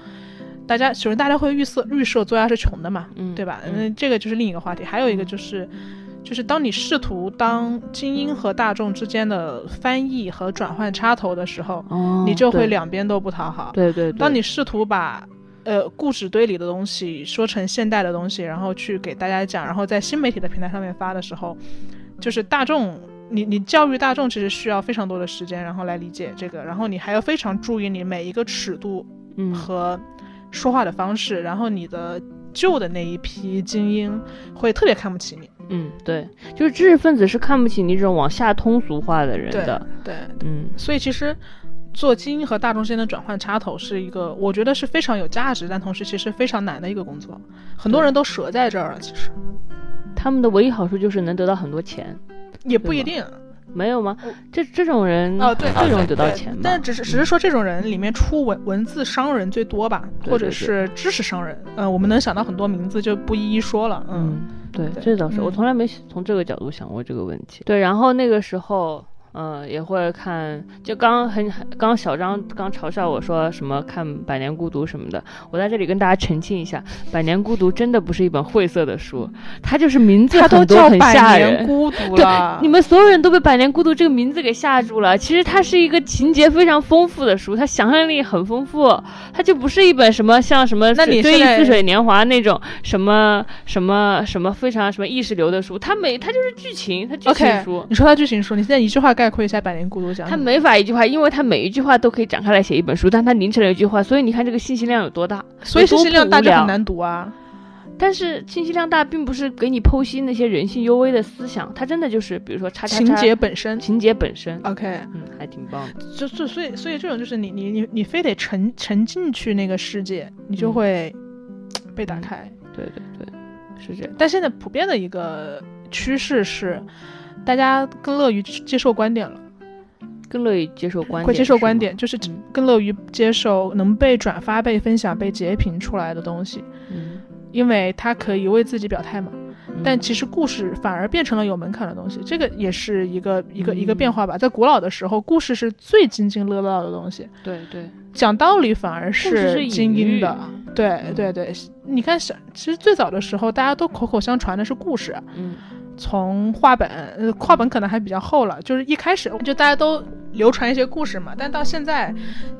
Speaker 2: 大家首先大家会预设预设作家是穷的嘛，》，
Speaker 3: 嗯，
Speaker 2: 对吧？
Speaker 3: 嗯
Speaker 2: 那这个就是另一个话题。还有一个就是。就是当你试图当精英和大众之间的翻译和转换插头的时候，
Speaker 3: 哦，
Speaker 2: 你就会
Speaker 3: 对，
Speaker 2: 两边都不讨好。
Speaker 3: 对对对，
Speaker 2: 当你试图把呃故事堆里的东西说成现代的东西，然后去给大家讲，然后在新媒体的平台上面发的时候，就是大众。你你教育大众其实需要非常多的时间，然后来理解这个，然后你还要非常注意你每一个尺度
Speaker 3: 嗯
Speaker 2: 和说话的方式，然后你的旧的那一批精英会特别看不起你。
Speaker 3: 嗯，对，就是知识分子是看不起你这种往下通俗化的人
Speaker 2: 对
Speaker 3: 的。
Speaker 2: 对，
Speaker 3: 嗯，
Speaker 2: 所以其实做精英和大众之间的转换插头是一个，我觉得是非常有价值，但同时其实非常难的一个工作，很多人都折在这儿了。其实
Speaker 3: 他们的唯一好处就是能得到很多钱。
Speaker 2: 也不一
Speaker 3: 对嗯
Speaker 2: 定，
Speaker 3: 没有吗？这这种人
Speaker 2: 哦，对，
Speaker 3: 这种得到
Speaker 2: 对
Speaker 3: 钱吗？
Speaker 2: 但只是只是说这种人里面出文文字商人最多吧，
Speaker 3: 对
Speaker 2: 或者
Speaker 3: 对
Speaker 2: 是知识商人。嗯、我们能想到很多名字就不一一说了。嗯，
Speaker 3: 嗯，对，
Speaker 2: 对
Speaker 3: 这倒是，我
Speaker 2: 嗯
Speaker 3: 从来没从这个角度想过这个问题。对，然后那个时候，呃，也会看，就刚很刚小张刚嘲笑我说什么看《百年孤独》什么的，我在这里跟大家澄清一下，《百年孤独》真的不是一本晦涩的书，它就是名字
Speaker 2: 他都
Speaker 3: 很多
Speaker 2: 叫
Speaker 3: 很吓
Speaker 2: 百年
Speaker 3: 人。 (laughs)
Speaker 2: 孤独
Speaker 3: 对
Speaker 2: 了，，
Speaker 3: 你们所有人都被“百年孤独”这个名字给吓住了。其实它是一个情节非常丰富的书，它想象力很丰富，它就不是一本什么像什么
Speaker 2: 那你
Speaker 3: 追忆
Speaker 2: 现在
Speaker 3: 似水年华那种什么什么什么非常什么意识流的书。它每它就是剧情，它剧情
Speaker 2: OK，
Speaker 3: 书。
Speaker 2: 你说他剧情书，你现在一句话概括一下《百年孤独》讲
Speaker 3: 它
Speaker 2: 什么？
Speaker 3: 没法一句话，因为它每一句话都可以展开来写一本书，但它凝成了一句话，所以你看这个信息量有多大。
Speaker 2: 所以信息量大
Speaker 3: 有
Speaker 2: 就
Speaker 3: 多不
Speaker 2: 很
Speaker 3: 无聊
Speaker 2: 难读啊。
Speaker 3: 但是信息量大，并不是给你剖析那些人性幽微的思想，它真的就是，比如说叉叉
Speaker 2: 情
Speaker 3: 叉
Speaker 2: 节本身。
Speaker 3: 情节本身，
Speaker 2: OK，
Speaker 3: 嗯，还挺棒的。
Speaker 2: 就就所以所以这种就是你你你你非得沉沉进去那个世界，你就
Speaker 3: 嗯
Speaker 2: 会嘖被打开。
Speaker 3: 对对对，是这样。
Speaker 2: 但现在普遍的一个趋势是，大家更乐于接受观点了，
Speaker 3: 更乐意接受观点，
Speaker 2: 会接受
Speaker 3: 是
Speaker 2: 观
Speaker 3: 吗，
Speaker 2: 点，就是只
Speaker 3: 嗯
Speaker 2: 更乐于接受能被转发、被分享、被截屏出来的东西，
Speaker 3: 嗯，
Speaker 2: 因为它可以为自己表态嘛。但
Speaker 3: 嗯
Speaker 2: 其实故事反而变成了有门槛的东西，这个也是一个一个一个
Speaker 3: 嗯
Speaker 2: 变化吧。在古老的时候，故事是最津津乐道的东西，
Speaker 3: 对对，
Speaker 2: 讲道理反而
Speaker 3: 故事是
Speaker 2: 精
Speaker 3: 隐
Speaker 2: 英
Speaker 3: 喻啊嗯
Speaker 2: 的。对对对，你看小，其实最早的时候，大家都口口相传的是故事，
Speaker 3: 嗯
Speaker 2: 从画本，呃，画本可能还比较厚了，就是一开始就大家都流传一些故事嘛，但到现在，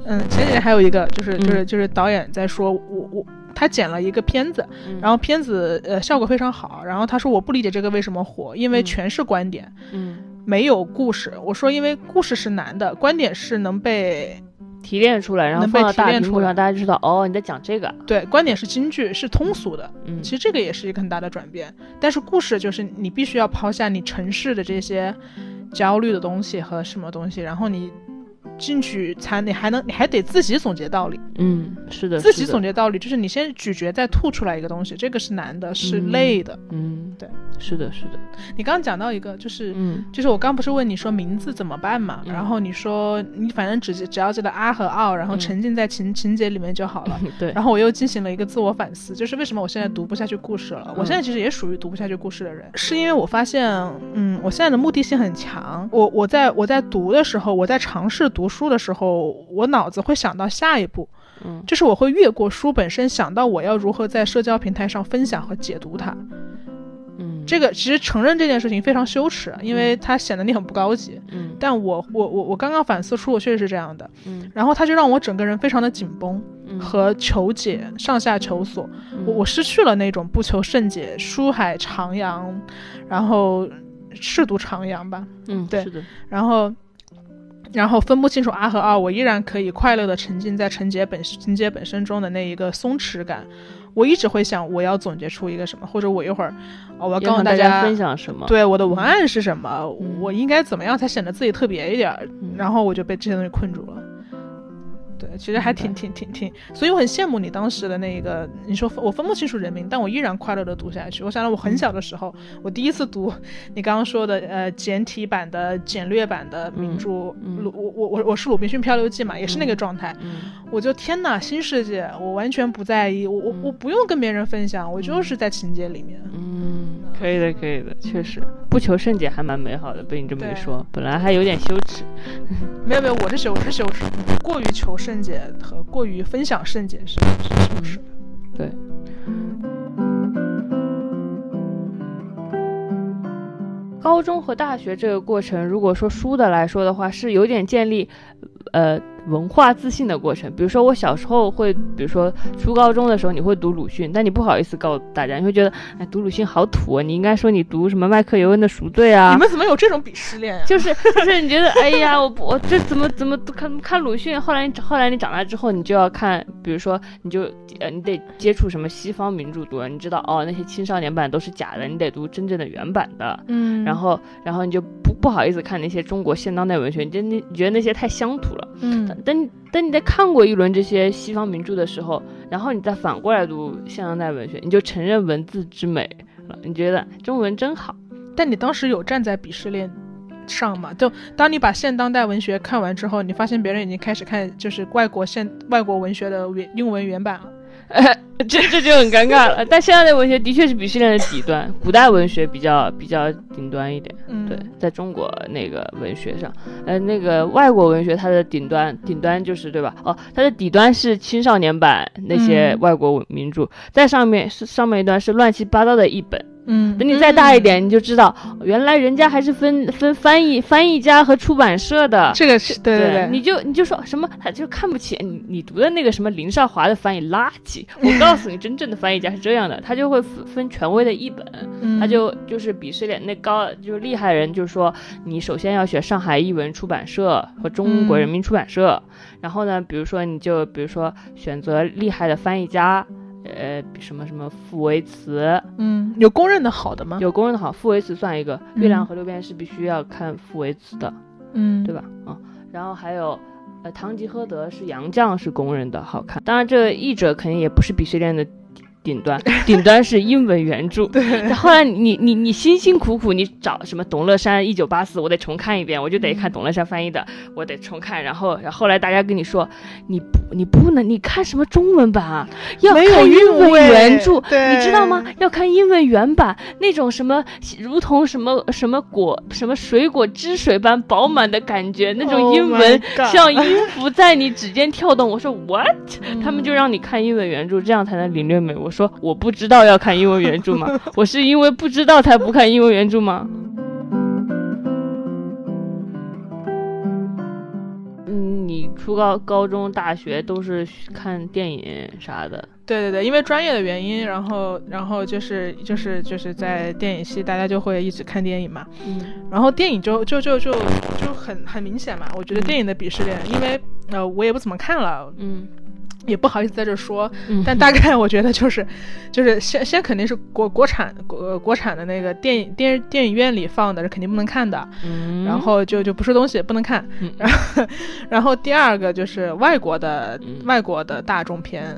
Speaker 2: 嗯，前几天还有一个就是
Speaker 3: 嗯
Speaker 2: 就是就是导演在说，我我他剪了一个片子，
Speaker 3: 嗯
Speaker 2: 然后片子呃效果非常好，然后他说我不理解这个为什么火，因为
Speaker 3: 嗯
Speaker 2: 全是观点，
Speaker 3: 嗯，
Speaker 2: 没有故事。我说因为故事是难的，观点是能被
Speaker 3: 提炼出来，然后
Speaker 2: 能被
Speaker 3: 放到
Speaker 2: 提
Speaker 3: 大
Speaker 2: 炼
Speaker 3: 屏
Speaker 2: 出
Speaker 3: 幕
Speaker 2: 来
Speaker 3: 上，大家就知道哦，你在讲这个，
Speaker 2: 对观点是京剧是通俗的，
Speaker 3: 嗯
Speaker 2: 其实这个也是一个很大的转变。但是故事就是你必须要抛下你城市的这些焦虑的东西和什么东西，然后你进去才你还能你还得自己总结道理，
Speaker 3: 嗯，是的，
Speaker 2: 自
Speaker 3: 是
Speaker 2: 己
Speaker 3: 的
Speaker 2: 总结道理就是你先咀嚼再吐出来一个东西，这个是难的，是
Speaker 3: 嗯
Speaker 2: 累的。
Speaker 3: 嗯，
Speaker 2: 对，
Speaker 3: 是的，是的，
Speaker 2: 你刚刚讲到一个就是。
Speaker 3: 嗯
Speaker 2: 就是我刚不是问你说名字怎么办嘛，
Speaker 3: 嗯
Speaker 2: 然后你说你反正只只要记得啊和奥，然后
Speaker 3: 嗯
Speaker 2: 沉浸在情、情节里面就好
Speaker 3: (laughs)
Speaker 2: 了。
Speaker 3: 对，
Speaker 2: (laughs) 然后我又进行了一个自我反思，就是为什么我现在读不下去故事了？我现在其实也属于读不下去故事的人，是因为我发现，嗯，我现在的目的性很强。我我在我在读的时候，我在尝试读书的时候，我脑子会想到下一步，
Speaker 3: 嗯
Speaker 2: 就是我会越过书本身，想到我要如何在社交平台上分享和解读它。
Speaker 3: 嗯，
Speaker 2: 这个其实承认这件事情非常羞耻，因为它显得你很不高级。
Speaker 3: 嗯
Speaker 2: 但我我我我刚刚反思出我确实是这样的，
Speaker 3: 嗯
Speaker 2: 然后它就让我整个人非常的紧绷
Speaker 3: 嗯
Speaker 2: 和求解，上下求索。我我失去了那种不求甚解、书海徜徉，然后舐犊徜徉吧，
Speaker 3: 嗯
Speaker 2: 对
Speaker 3: 是的，
Speaker 2: 然后。然后分不清楚阿和啊二，我依然可以快乐的沉浸在情节本情节本身中的那一个松弛感。我一直会想，我要总结出一个什么，或者我一会儿，哦我
Speaker 3: 要
Speaker 2: 要告诉
Speaker 3: 向大
Speaker 2: 家
Speaker 3: 分享什么，
Speaker 2: 对我的文案是什么，
Speaker 3: 嗯
Speaker 2: 我应该怎么样才显得自己特别一点儿，
Speaker 3: 嗯
Speaker 2: 然后我就被这些东西困住了。对，其实还挺挺挺挺，所以我很羡慕你当时的那个，你说我分不清楚人名，但我依然快乐的读下去。我想到我
Speaker 3: 嗯
Speaker 2: 很小的时候，我第一次读你刚刚说的呃简体版的简略版的名著，鲁、
Speaker 3: 嗯
Speaker 2: 我我我我是《鲁滨逊漂流记》嘛，也是那个状态，
Speaker 3: 嗯
Speaker 2: 我就天哪，新世界，我完全不在意，我我、我不用跟别人分享，我就是在情节里面。
Speaker 3: 嗯，可以的，可以的，确实不求甚解还蛮美好的，被你这么一
Speaker 2: 对
Speaker 3: 说，本来还有点羞耻，
Speaker 2: 没有没有，我是羞，我是羞耻，过于求甚解和过于分享甚解是是羞耻。
Speaker 3: 对。高中和大学这个过程，如果说书的来说的话，是有点建立，呃，文化自信的过程。比如说我小时候会，比如说初高中的时候，你会读鲁迅，但你不好意思告诉大家，你会觉得，哎，读鲁迅好土啊，你应该说你读什么麦克尤恩的《赎罪》啊，
Speaker 2: 你们怎么有这种鄙视链啊呀、
Speaker 3: 就是就是你觉得哎呀，我不我这怎么怎么都看看鲁迅，后来你后来你长大之后，你就要看，比如说你就呃你得接触什么西方名著多了，你知道哦那些青少年版都是假的，你得读真正的原版的。
Speaker 2: 嗯
Speaker 3: 然后，然后你就不不好意思看那些中国现当代文学，你真的觉得那些太乡土了。
Speaker 2: 嗯，
Speaker 3: 等你等你在看过一轮这些西方名著的时候，然后你再反过来读现当代文学，你就承认文字之美了。你觉得中文真好。 (laughs)
Speaker 2: 但你当时有站在鄙视链上嘛。就当你把现当代文学看完之后，你发现别人已经开始看就是外国现外国文学的原英文原版了。
Speaker 3: 这这就很尴尬了。但现在的文学的确是鄙视链的底端，古代文学比较比较顶端一点。
Speaker 2: 嗯，
Speaker 3: 对，在中国那个文学上，呃，那个外国文学它的顶端，顶端就是对吧？哦，它的底端是青少年版那些
Speaker 2: 嗯
Speaker 3: 外国文名著，在上面是上面一段是乱七八糟的译本。
Speaker 2: 嗯，
Speaker 3: 等你再大一点，你就知道原来人家还是分分翻译翻译家和出版社的。
Speaker 2: 这个是对对，
Speaker 3: 你就你就说什么，他就看不起你，你读的那个什么林少华的翻译垃圾。我告诉你，真正的翻译家是这样的，他就会分分权威的译本，
Speaker 2: 嗯
Speaker 3: 他就就是鄙视链那高就是厉害人，就说你首先要学上海译文出版社和
Speaker 2: 嗯
Speaker 3: 中国人民出版社，然后呢，比如说你就比如说选择厉害的翻译家。呃，什么什么傅维茨
Speaker 2: 嗯有公认的好的吗？
Speaker 3: 有公认的好，傅维茨算一个，
Speaker 2: 嗯
Speaker 3: 月亮和六便士》必须要看傅维茨的，
Speaker 2: 嗯，
Speaker 3: 对吧？嗯，然后还有，呃，堂吉诃德是杨绛是公认的好看，当然这译者肯定也不是鄙视链的顶
Speaker 2: (laughs)
Speaker 3: 端，顶端是英文原著。
Speaker 2: 对，
Speaker 3: 后来你你你辛辛苦苦你找什么董乐山一九八四，我得重看一遍，我就得
Speaker 2: 嗯
Speaker 3: 看董乐山翻译的，我得重看。然后然后后来大家跟你说，你不你不能你看什么中文版啊，要
Speaker 2: 没有
Speaker 3: 看英文
Speaker 2: 韵味
Speaker 3: 原著，
Speaker 2: 对
Speaker 3: 你知道吗？要看英文原版，那种什么如同什么什么果什么水果汁水般饱满的感觉，那种
Speaker 2: Oh
Speaker 3: 英文
Speaker 2: my god
Speaker 3: 像音符在你指尖跳动。我说 what？他们就让你看英文原著，这样才能领略美。我说我不知道要看英文原著 (laughs) 吗？我是因为不知道才不看英文原著吗？嗯，你初高、高中、大学都是看电影啥的，
Speaker 2: 对对对，因为专业的原因，然后然后就是就是就是在电影系，大家就会一直看电影嘛。
Speaker 3: 嗯
Speaker 2: 然后电影就就就就就很很明显嘛，我觉得电影的鄙视链，因为呃我也不怎么看了，
Speaker 3: 嗯
Speaker 2: 也不好意思在这说，
Speaker 3: 嗯，
Speaker 2: 但大概我觉得就是，就是先先肯定是国国产国呃国产的那个电影电电影院里放的是肯定不能看的，
Speaker 3: 嗯
Speaker 2: 然后就就不是东西不能看
Speaker 3: 嗯，
Speaker 2: (laughs) 然后然后第二个就是外国的
Speaker 3: 嗯
Speaker 2: 外国的大众片。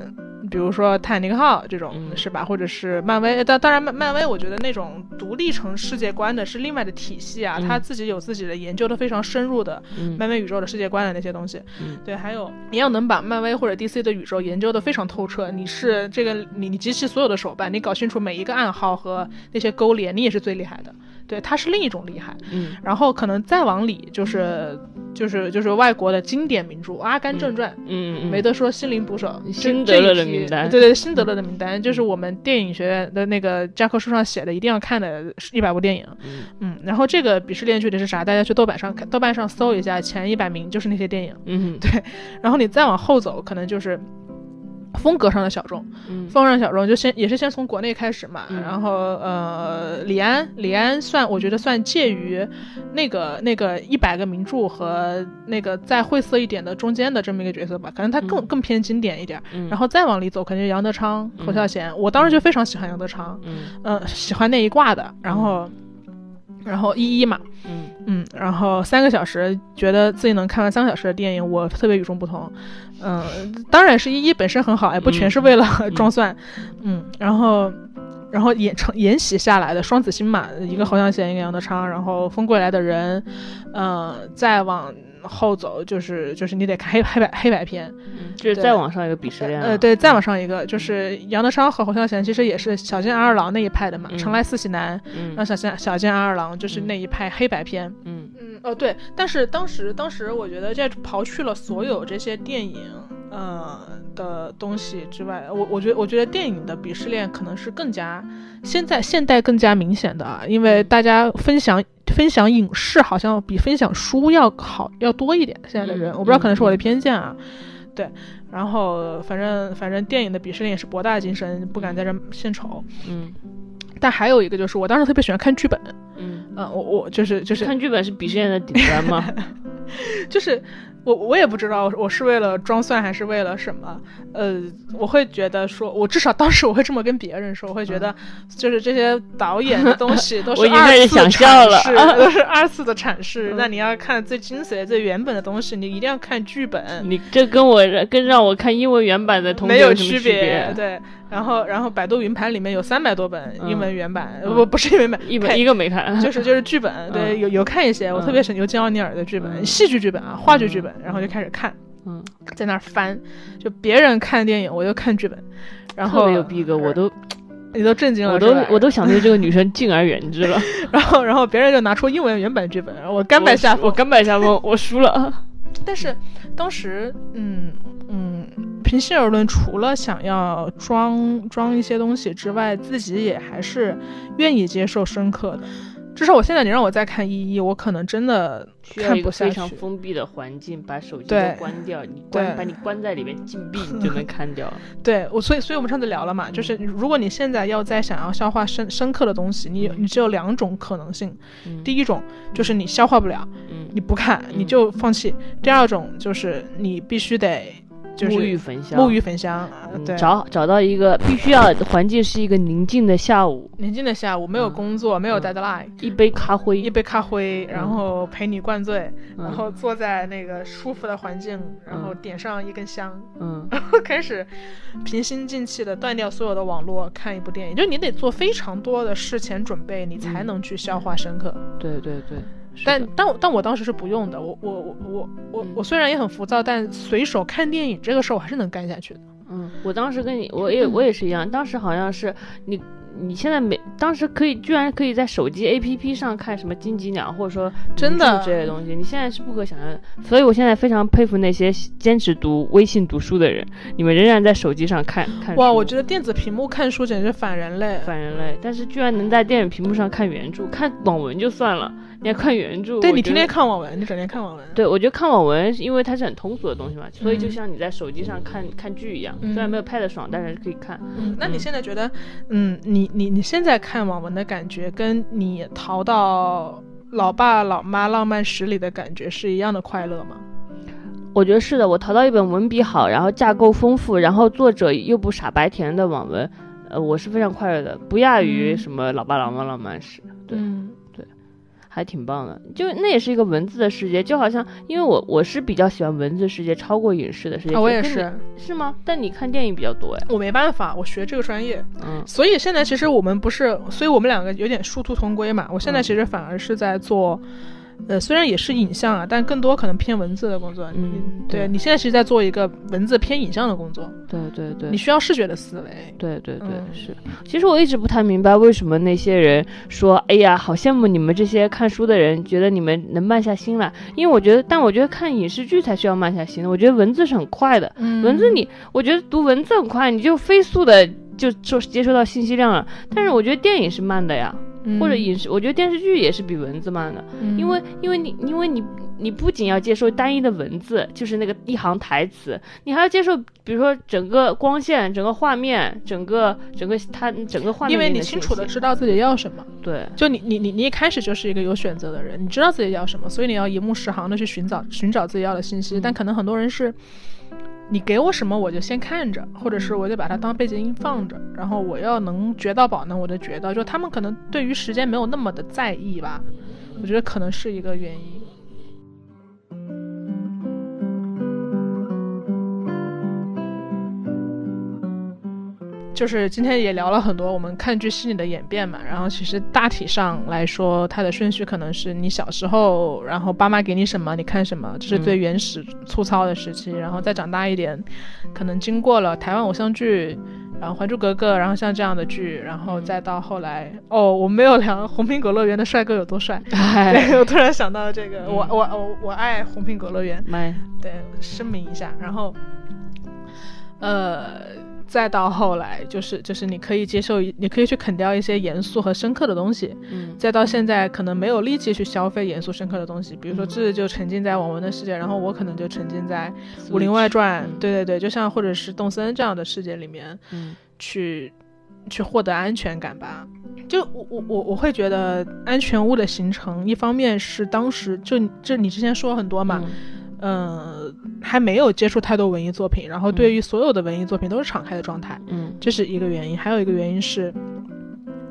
Speaker 2: 比如说《泰坦尼克号》这种、
Speaker 3: 嗯
Speaker 2: 是吧，或者是漫威，但当然漫漫威，我觉得那种独立成世界观的是另外的体系啊，
Speaker 3: 嗯
Speaker 2: 他自己有自己的研究的非常深入的，
Speaker 3: 嗯
Speaker 2: 漫威宇宙的世界观的那些东西，
Speaker 3: 嗯
Speaker 2: 对，还有你要能把漫威或者 DC 的宇宙研究的非常透彻，你是这个你你集齐所有的手办，你搞清楚每一个暗号和那些勾连，你也是最厉害的。对，它是另一种厉害。
Speaker 3: 嗯
Speaker 2: 然后可能再往里就是就是就是外国的经典名著《阿甘正传》
Speaker 3: 嗯嗯
Speaker 2: 没得说，《心灵捕手》这
Speaker 3: 辛德勒的
Speaker 2: 这一批
Speaker 3: 名单
Speaker 2: 对对，辛德勒的名单就是我们电影学院的那个教科书上写的，一定要看的一百部电影。
Speaker 3: 嗯
Speaker 2: 嗯，然后这个鄙视链具体是啥？大家去豆瓣上看，豆瓣上搜一下前一百名就是那些电影，
Speaker 3: 嗯
Speaker 2: 然后你再往后走，可能就是。风格上的小众，
Speaker 3: 嗯
Speaker 2: 风格上的小众就先也是先从国内开始嘛，
Speaker 3: 嗯
Speaker 2: 然后呃，李安，李安算我觉得算介于那个那个一百个名著和那个再晦涩一点的中间的这么一个角色吧，可能他更、
Speaker 3: 嗯
Speaker 2: 更偏经典一点，
Speaker 3: 嗯，
Speaker 2: 然后再往里走，可能就杨德昌、侯
Speaker 3: 嗯
Speaker 2: 孝贤，我当时就非常喜欢杨德昌，
Speaker 3: 嗯
Speaker 2: 嗯、喜欢那一挂的，然后然后一一嘛，
Speaker 3: 嗯
Speaker 2: 嗯，然后三个小时，觉得自己能看完三个小时的电影，我特别与众不同。嗯，当然是一一本身很好，也不
Speaker 3: 嗯
Speaker 2: 全是为了装蒜。嗯，然后，然后沿承沿袭下来的双子星嘛，一个侯孝贤，一个杨德昌，然后《风归来的人》，嗯，再往后走就是就是你得看黑黑白黑白片。
Speaker 3: 嗯，这是
Speaker 2: 对
Speaker 3: 再往上一个鄙视链了啊
Speaker 2: 呃，，对，再往上一个就是杨德昌和侯孝贤，其实也是小津安二郎那一派的嘛，
Speaker 3: 嗯
Speaker 2: 城来四喜男》，
Speaker 3: 嗯
Speaker 2: 然后小津小津安二郎就是
Speaker 3: 嗯
Speaker 2: 那一派黑白片。
Speaker 3: 嗯
Speaker 2: 嗯，哦对，但是当时当时我觉得在刨去了所有这些电影，呃的东西之外，我我觉得我觉得电影的鄙视链可能是更加现在现代更加明显的啊，因为大家分享分享影视好像比分享书要好要多一点。现在的人，
Speaker 3: 嗯
Speaker 2: 我不知道
Speaker 3: 嗯
Speaker 2: 可能是我的偏见啊。对，然后反正反正电影的鄙视链也是博大精深，不敢在这儿献丑。
Speaker 3: 嗯
Speaker 2: 但还有一个就是，我当时特别喜欢看剧本，
Speaker 3: 嗯，
Speaker 2: 嗯、我我就是就是
Speaker 3: 看剧本是鄙视链的顶端吗？
Speaker 2: (laughs) 就是我我也不知道我是为了装蒜还是为了什么，呃，我会觉得说，我至少当时我会这么跟别人说，我会觉得就是这些导演的东西都是
Speaker 3: 嗯 (laughs) 我已经
Speaker 2: 二
Speaker 3: 开始
Speaker 2: 次
Speaker 3: 想
Speaker 2: 阐
Speaker 3: 笑了
Speaker 2: 释
Speaker 3: (laughs)
Speaker 2: 都是二次的阐释
Speaker 3: 嗯。
Speaker 2: 那你要看最精髓、最原本的东西，你一定要看剧本，
Speaker 3: 你这跟我跟让我看英文原版的同学
Speaker 2: 没有
Speaker 3: 什么
Speaker 2: 区
Speaker 3: 别，嗯
Speaker 2: 对，然后然后百度云盘里面有三百多本英文原版，呃不不是英文版，
Speaker 3: 一
Speaker 2: 看
Speaker 3: 本一个没看，
Speaker 2: 就是就是剧本，对，
Speaker 3: 嗯
Speaker 2: 有有看一些，我
Speaker 3: 嗯
Speaker 2: 特别喜欢尤金奥尼尔的剧本，
Speaker 3: 嗯
Speaker 2: 戏剧剧本啊，话剧剧本，然后就开始看，
Speaker 3: 嗯，
Speaker 2: 在那儿翻，就别人看电影，我就看剧本，然
Speaker 3: 特
Speaker 2: 后
Speaker 3: 别有逼格，我都
Speaker 2: 你都震惊了，
Speaker 3: 嗯我都
Speaker 2: 是吧
Speaker 3: 我都，想对这个女生敬而远之了。
Speaker 2: 然后然后别人就拿出英文原版剧本，我 (laughs) 甘拜
Speaker 3: 我
Speaker 2: 下
Speaker 3: 输
Speaker 2: 风
Speaker 3: 我，甘拜下风，我输
Speaker 2: (laughs)
Speaker 3: 了。
Speaker 2: 但是当时，嗯嗯，平心而论，除了想要装装一些东西之外，自己也还是愿意接受深刻的。至少我现在，你让我再看一一，我可能真的
Speaker 3: 需要
Speaker 2: 看
Speaker 3: 一
Speaker 2: 不
Speaker 3: 个
Speaker 2: 下
Speaker 3: 非
Speaker 2: 去
Speaker 3: 常。封闭的环境，把手机都
Speaker 2: 对
Speaker 3: 关掉，你
Speaker 2: 对
Speaker 3: 关把你关在里面禁闭，你就
Speaker 2: (laughs)
Speaker 3: 能看掉了。
Speaker 2: 对我，所以所以我们上次聊了嘛，就是如果你现在要再想要消化深深刻的东西，你你只有两种可能性。
Speaker 3: 嗯
Speaker 2: 第一种就是你消化不了，
Speaker 3: 嗯
Speaker 2: 你不看，你就放弃；第二种就是你必须得就是
Speaker 3: 沐浴焚香，
Speaker 2: 沐浴焚香，啊
Speaker 3: 嗯
Speaker 2: 对，
Speaker 3: 找找到一个必须要环境是一个宁静的下午，
Speaker 2: 宁静的下午，没有
Speaker 3: 嗯
Speaker 2: 工作，没有
Speaker 3: 嗯
Speaker 2: deadline，
Speaker 3: 一杯咖啡，
Speaker 2: 一杯咖啡，然后陪你灌醉，然
Speaker 3: 嗯
Speaker 2: 后坐在那个舒服的环境，然后
Speaker 3: 嗯
Speaker 2: 点上一根香，
Speaker 3: 嗯
Speaker 2: (laughs) 开始平心静气的断掉所有的网络，看一部电影。就你得做非常多的事前准备，你才能去消化深刻。
Speaker 3: 对对对，是
Speaker 2: 但
Speaker 3: 的
Speaker 2: 但我但我当时是不用的，我我我我我
Speaker 3: 嗯
Speaker 2: 我虽然也很浮躁，但随手看电影这个事儿我还是能干下去的。
Speaker 3: 嗯，我当时跟你，我
Speaker 2: 嗯
Speaker 3: 也我也是一样，当时好像是你。你现在没，当时可以居然可以在手机 APP 上看什么金鸡鸟，或者说
Speaker 2: 真的
Speaker 3: 名著之类的东西，你现在是不可想象的。所以我现在非常佩服那些坚持读微信读书的人，你们仍然在手机上看看
Speaker 2: 哇，
Speaker 3: 书
Speaker 2: 我觉得电子屏幕看书简直反人类。
Speaker 3: 反人类，但是居然能在电影屏幕上看原著，看网文就算了，你还看原著，
Speaker 2: 对
Speaker 3: 我
Speaker 2: 你
Speaker 3: 觉
Speaker 2: 天
Speaker 3: 得
Speaker 2: 天。看网文，你整天看网文。
Speaker 3: 对，我觉得看网文，因为它是很通俗的东西嘛，所以就
Speaker 2: 嗯
Speaker 3: 像你在手机上看看剧一样，
Speaker 2: 嗯
Speaker 3: 虽然没有拍的爽，但是可以看。
Speaker 2: 嗯，那你
Speaker 3: 嗯
Speaker 2: 现在觉得，嗯，你你你现在看网文的感觉，跟你逃到老爸老妈浪漫史里的感觉是一样的快乐吗？
Speaker 3: 我觉得是的，我淘到一本文笔好，然后架构丰富，然后作者又不傻白甜的网文，呃，我是非常快乐的，不亚于
Speaker 2: 嗯
Speaker 3: 什么《老爸老妈浪漫史》。对
Speaker 2: 嗯
Speaker 3: 还挺棒的，就那也是一个文字的世界，就好像因为我我是比较喜欢文字世界超过影视的世界，
Speaker 2: 啊，我也
Speaker 3: 跟你
Speaker 2: 是，
Speaker 3: 是吗？但你看电影比较多哎，
Speaker 2: 我没办法，我学这个专业，
Speaker 3: 嗯
Speaker 2: 所以现在其实我们不是，所以我们两个有点殊途同归嘛。我现在
Speaker 3: 嗯
Speaker 2: 其实反而是在做，呃，虽然也是影像啊，但更多可能偏文字的工作。
Speaker 3: 嗯
Speaker 2: 对
Speaker 3: 对
Speaker 2: 你现在其实在做一个文字偏影像的工作，
Speaker 3: 对对对
Speaker 2: 你需要视觉的思维。
Speaker 3: 对对对，
Speaker 2: 嗯
Speaker 3: 是。其实我一直不太明白，为什么那些人说，哎呀，好羡慕你们这些看书的人，觉得你们能慢下心来。因为我觉得，但我觉得看影视剧才需要慢下心的。我觉得文字是很快的，
Speaker 2: 嗯
Speaker 3: 文字你，我觉得读文字很快，你就飞速的就受接收到信息量了。但是我觉得电影是慢的呀，或者影视，我觉得电视剧也是比文字慢的。
Speaker 2: 嗯，
Speaker 3: 因为因为你因为你你不仅要接受单一的文字，就是那个一行台词，你还要接受，比如说整个光线、整个画面、整个整个它整个画面
Speaker 2: 因
Speaker 3: 给
Speaker 2: 为
Speaker 3: 的信息，
Speaker 2: 你清楚的知道自己要什么。
Speaker 3: 对 (laughs)
Speaker 2: 就你你你你一开始就是一个有选择的人，你知道自己要什么，所以你要一目十行的去寻找寻找自己要的信息。
Speaker 3: 嗯
Speaker 2: 但可能很多人是，你给我什么我就先看着，或者是我就把它当背景音放着，然后我要能觉到宝呢我就觉到，就他们可能对于时间没有那么的在意吧，我觉得可能是一个原因。就是今天也聊了很多我们看剧心理的演变嘛，然后其实大体上来说，它的顺序可能是你小时候，然后爸妈给你什么你看什么，这是最原始粗糙的时期，然后再长大一点，可能经过了台湾偶像剧。然后《还珠格格》，然后像这样的剧，然后再到后来，哦，我没有聊《红苹果乐园》的帅哥有多帅， (laughs)
Speaker 3: 哎
Speaker 2: 对我突然想到这个，我我我我爱《红苹果乐园》，
Speaker 3: 蛮
Speaker 2: 对，声明一下，然后，呃，再到后来就是就是你可以接受一，你可以去啃掉一些严肃和深刻的东西，
Speaker 3: 嗯
Speaker 2: 再到现在可能没有力气去消费严肃深刻的东西，比如说智就沉浸在网文的世界，然后我可能就沉浸在《武林外传》
Speaker 3: 嗯
Speaker 2: 对对对，就像或者是动森这样的世界里面
Speaker 3: 嗯
Speaker 2: 去去获得安全感吧。就我我我我会觉得安全屋的形成，一方面是当时就就你之前说很多
Speaker 3: 嗯
Speaker 2: 嘛，呃，还没有接触太多文艺作品，然后对于所有的文艺作品都是敞开的状态，
Speaker 3: 嗯
Speaker 2: 这是一个原因。还有一个原因是，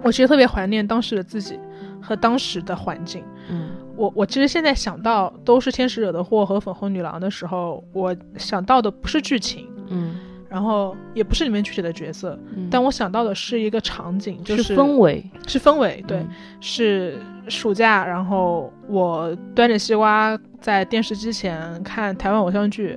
Speaker 2: 我其实特别怀念当时的自己和当时的环境。
Speaker 3: 嗯
Speaker 2: 我我其实现在想到都是天使惹的祸和粉红女郎的时候，我想到的不是剧情，
Speaker 3: 嗯
Speaker 2: 然然后也不是里面具体的角色，
Speaker 3: 嗯
Speaker 2: 但我想到的是一个场景，就是
Speaker 3: 氛围，
Speaker 2: 是氛围，对，
Speaker 3: 嗯
Speaker 2: 是暑假，然后我端着西瓜在电视机前看台湾偶像剧，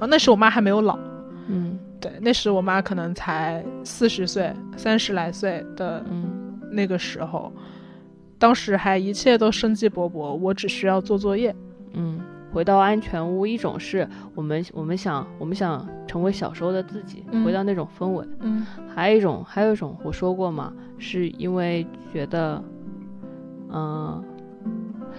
Speaker 2: 啊，那时我妈还没有老，
Speaker 3: 嗯
Speaker 2: 对，那时我妈可能才四十岁、三十来岁的
Speaker 3: 嗯
Speaker 2: 那个时候，当时还一切都生机勃勃，我只需要做作业，
Speaker 3: 嗯。回到安全屋，一种是我们我们想我们想成为小时候的自己，
Speaker 2: 嗯
Speaker 3: 回到那种氛围；
Speaker 2: 嗯
Speaker 3: 还有一种还有一种我说过嘛，是因为觉得，嗯、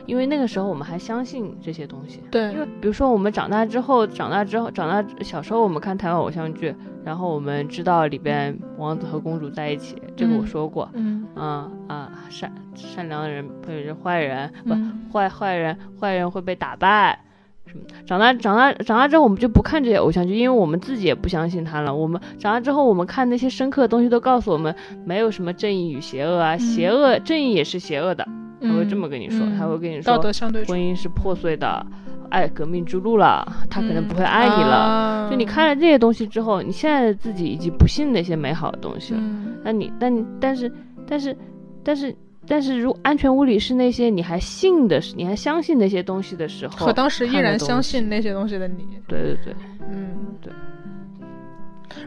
Speaker 3: 因为那个时候我们还相信这些东西，因为
Speaker 2: 对，
Speaker 3: 比如说我们长大之后，长大之后，长大小时候我们看台湾偶像剧，然后我们知道里边王子和公主在一起，这个我
Speaker 2: 嗯
Speaker 3: 说过，
Speaker 2: 嗯
Speaker 3: 啊、啊，善善良的人会是坏人，不、
Speaker 2: 嗯
Speaker 3: 坏坏人坏人会被打败。什么的？长大长大长大之后，我们就不看这些偶像剧，因为我们自己也不相信他了。我们长大之后，我们看那些深刻的东西，都告诉我们没有什么正义与邪恶啊，邪恶正义也是邪恶的，他会这么跟你说，
Speaker 2: 嗯
Speaker 3: 他会跟你说
Speaker 2: 道德相对
Speaker 3: 婚姻是破碎的，爱革命之路了，他可能不会爱你了。
Speaker 2: 了
Speaker 3: 就你看了这些东西之后，你现在的自己已经不信那些美好的东西了。
Speaker 2: 嗯
Speaker 3: 那你，但你但是，但是，但是，但是，如安全屋里是那些你还信的，你还相信那些东西的时候，
Speaker 2: 和当时依
Speaker 3: 看的
Speaker 2: 然
Speaker 3: 东
Speaker 2: 相
Speaker 3: 西
Speaker 2: 信那些东西的你，
Speaker 3: 对对对，
Speaker 2: 嗯，
Speaker 3: 对。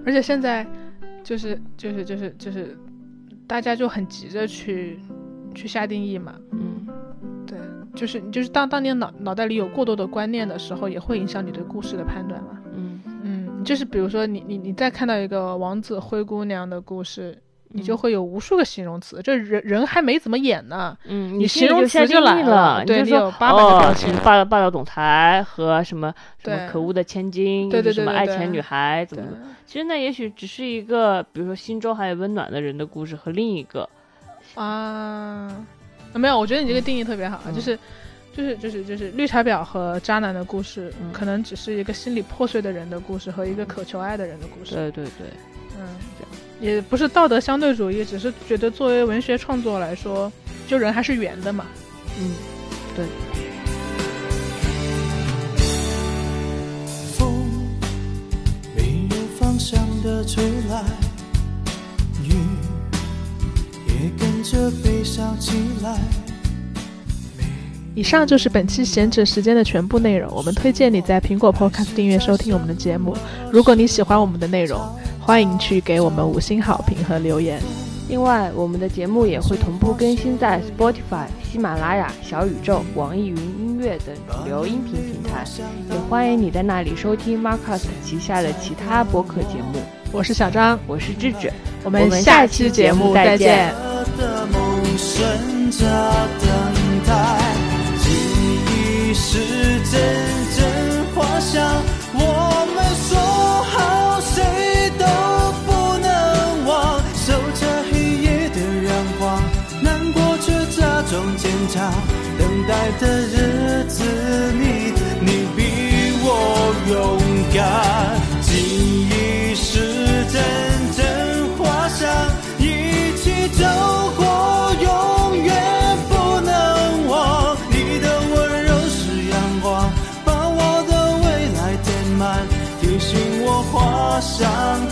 Speaker 2: 而且现在就是就是就是就是，大家就很急着去去下定义嘛，
Speaker 3: 嗯
Speaker 2: 对，就是就是当当你脑脑袋里有过多的观念的时候，也会影响你对故事的判断嘛。
Speaker 3: 嗯，
Speaker 2: 嗯，就是比如说你你你再看到一个王子灰姑娘的故事，你就
Speaker 3: 嗯
Speaker 2: 会有无数个形容词，这人人还没怎么演呢，
Speaker 3: 嗯，
Speaker 2: 你
Speaker 3: 心里
Speaker 2: 形容
Speaker 3: 就
Speaker 2: 词
Speaker 3: 下
Speaker 2: 就
Speaker 3: 定
Speaker 2: 来
Speaker 3: 义
Speaker 2: 了
Speaker 3: 了，
Speaker 2: 对
Speaker 3: 你
Speaker 2: 你
Speaker 3: 就
Speaker 2: 有
Speaker 3: 说
Speaker 2: 八百个标
Speaker 3: 哦，
Speaker 2: 签
Speaker 3: 什么霸霸道总裁和什么什
Speaker 2: 对
Speaker 3: 么可恶的千金，
Speaker 2: 对对对
Speaker 3: 什么
Speaker 2: 对
Speaker 3: 爱
Speaker 2: 对
Speaker 3: 钱女孩，怎
Speaker 2: 对
Speaker 3: 么怎么。其实那也许只是一个，比如说心中还有温暖的人的故事和另一个，
Speaker 2: 啊，没有，我觉得你这个定义特别好，啊
Speaker 3: 嗯
Speaker 2: 就是。就是就是就是绿茶婊和渣男的故事，
Speaker 3: 嗯
Speaker 2: 可能只是一个心理破碎的人的故事和一个渴求爱的人的故事。
Speaker 3: 对对对，
Speaker 2: 嗯，也不是道德相对主义，只是觉得作为文学创作来说，就人还是圆的嘛。
Speaker 3: 嗯，
Speaker 7: 风没有方向的吹来，雨也跟着悲伤起来。
Speaker 2: 以上就是本期闲扯时间的全部内容。我们推荐你在苹果 Podcast 订阅收听我们的节目。如果你喜欢我们的内容，欢迎去给我们五星好评和留言。
Speaker 3: 另外，我们的节目也会同步更新在 Spotify、喜马拉雅、小宇宙、网易云音乐等主流音频平台，也欢迎你在那里收听 Marcus 旗下的其他播客节目。
Speaker 2: 我是小张，
Speaker 3: 我是智智，
Speaker 2: 我
Speaker 3: 我
Speaker 2: 们
Speaker 3: 们
Speaker 2: 下
Speaker 3: 下
Speaker 2: 期
Speaker 3: 期
Speaker 2: 节
Speaker 3: 节
Speaker 2: 目
Speaker 3: 目
Speaker 2: 再
Speaker 3: 再见
Speaker 2: 见。
Speaker 7: 我的梦剩着等待，记忆是阵阵花香。我们说好谁都不能忘，守着黑夜的阳光，难过却假装坚强。等待的日子里，你比我勇敢。记忆是阵阵花香，一起走过，永远不能忘。你的温柔是阳光，把我的未来填满，提醒我花香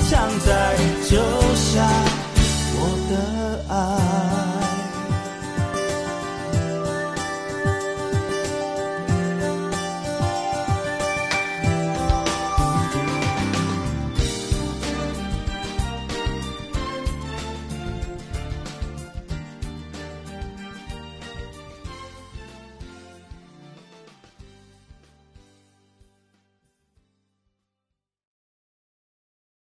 Speaker 7: 常在，就像我的爱。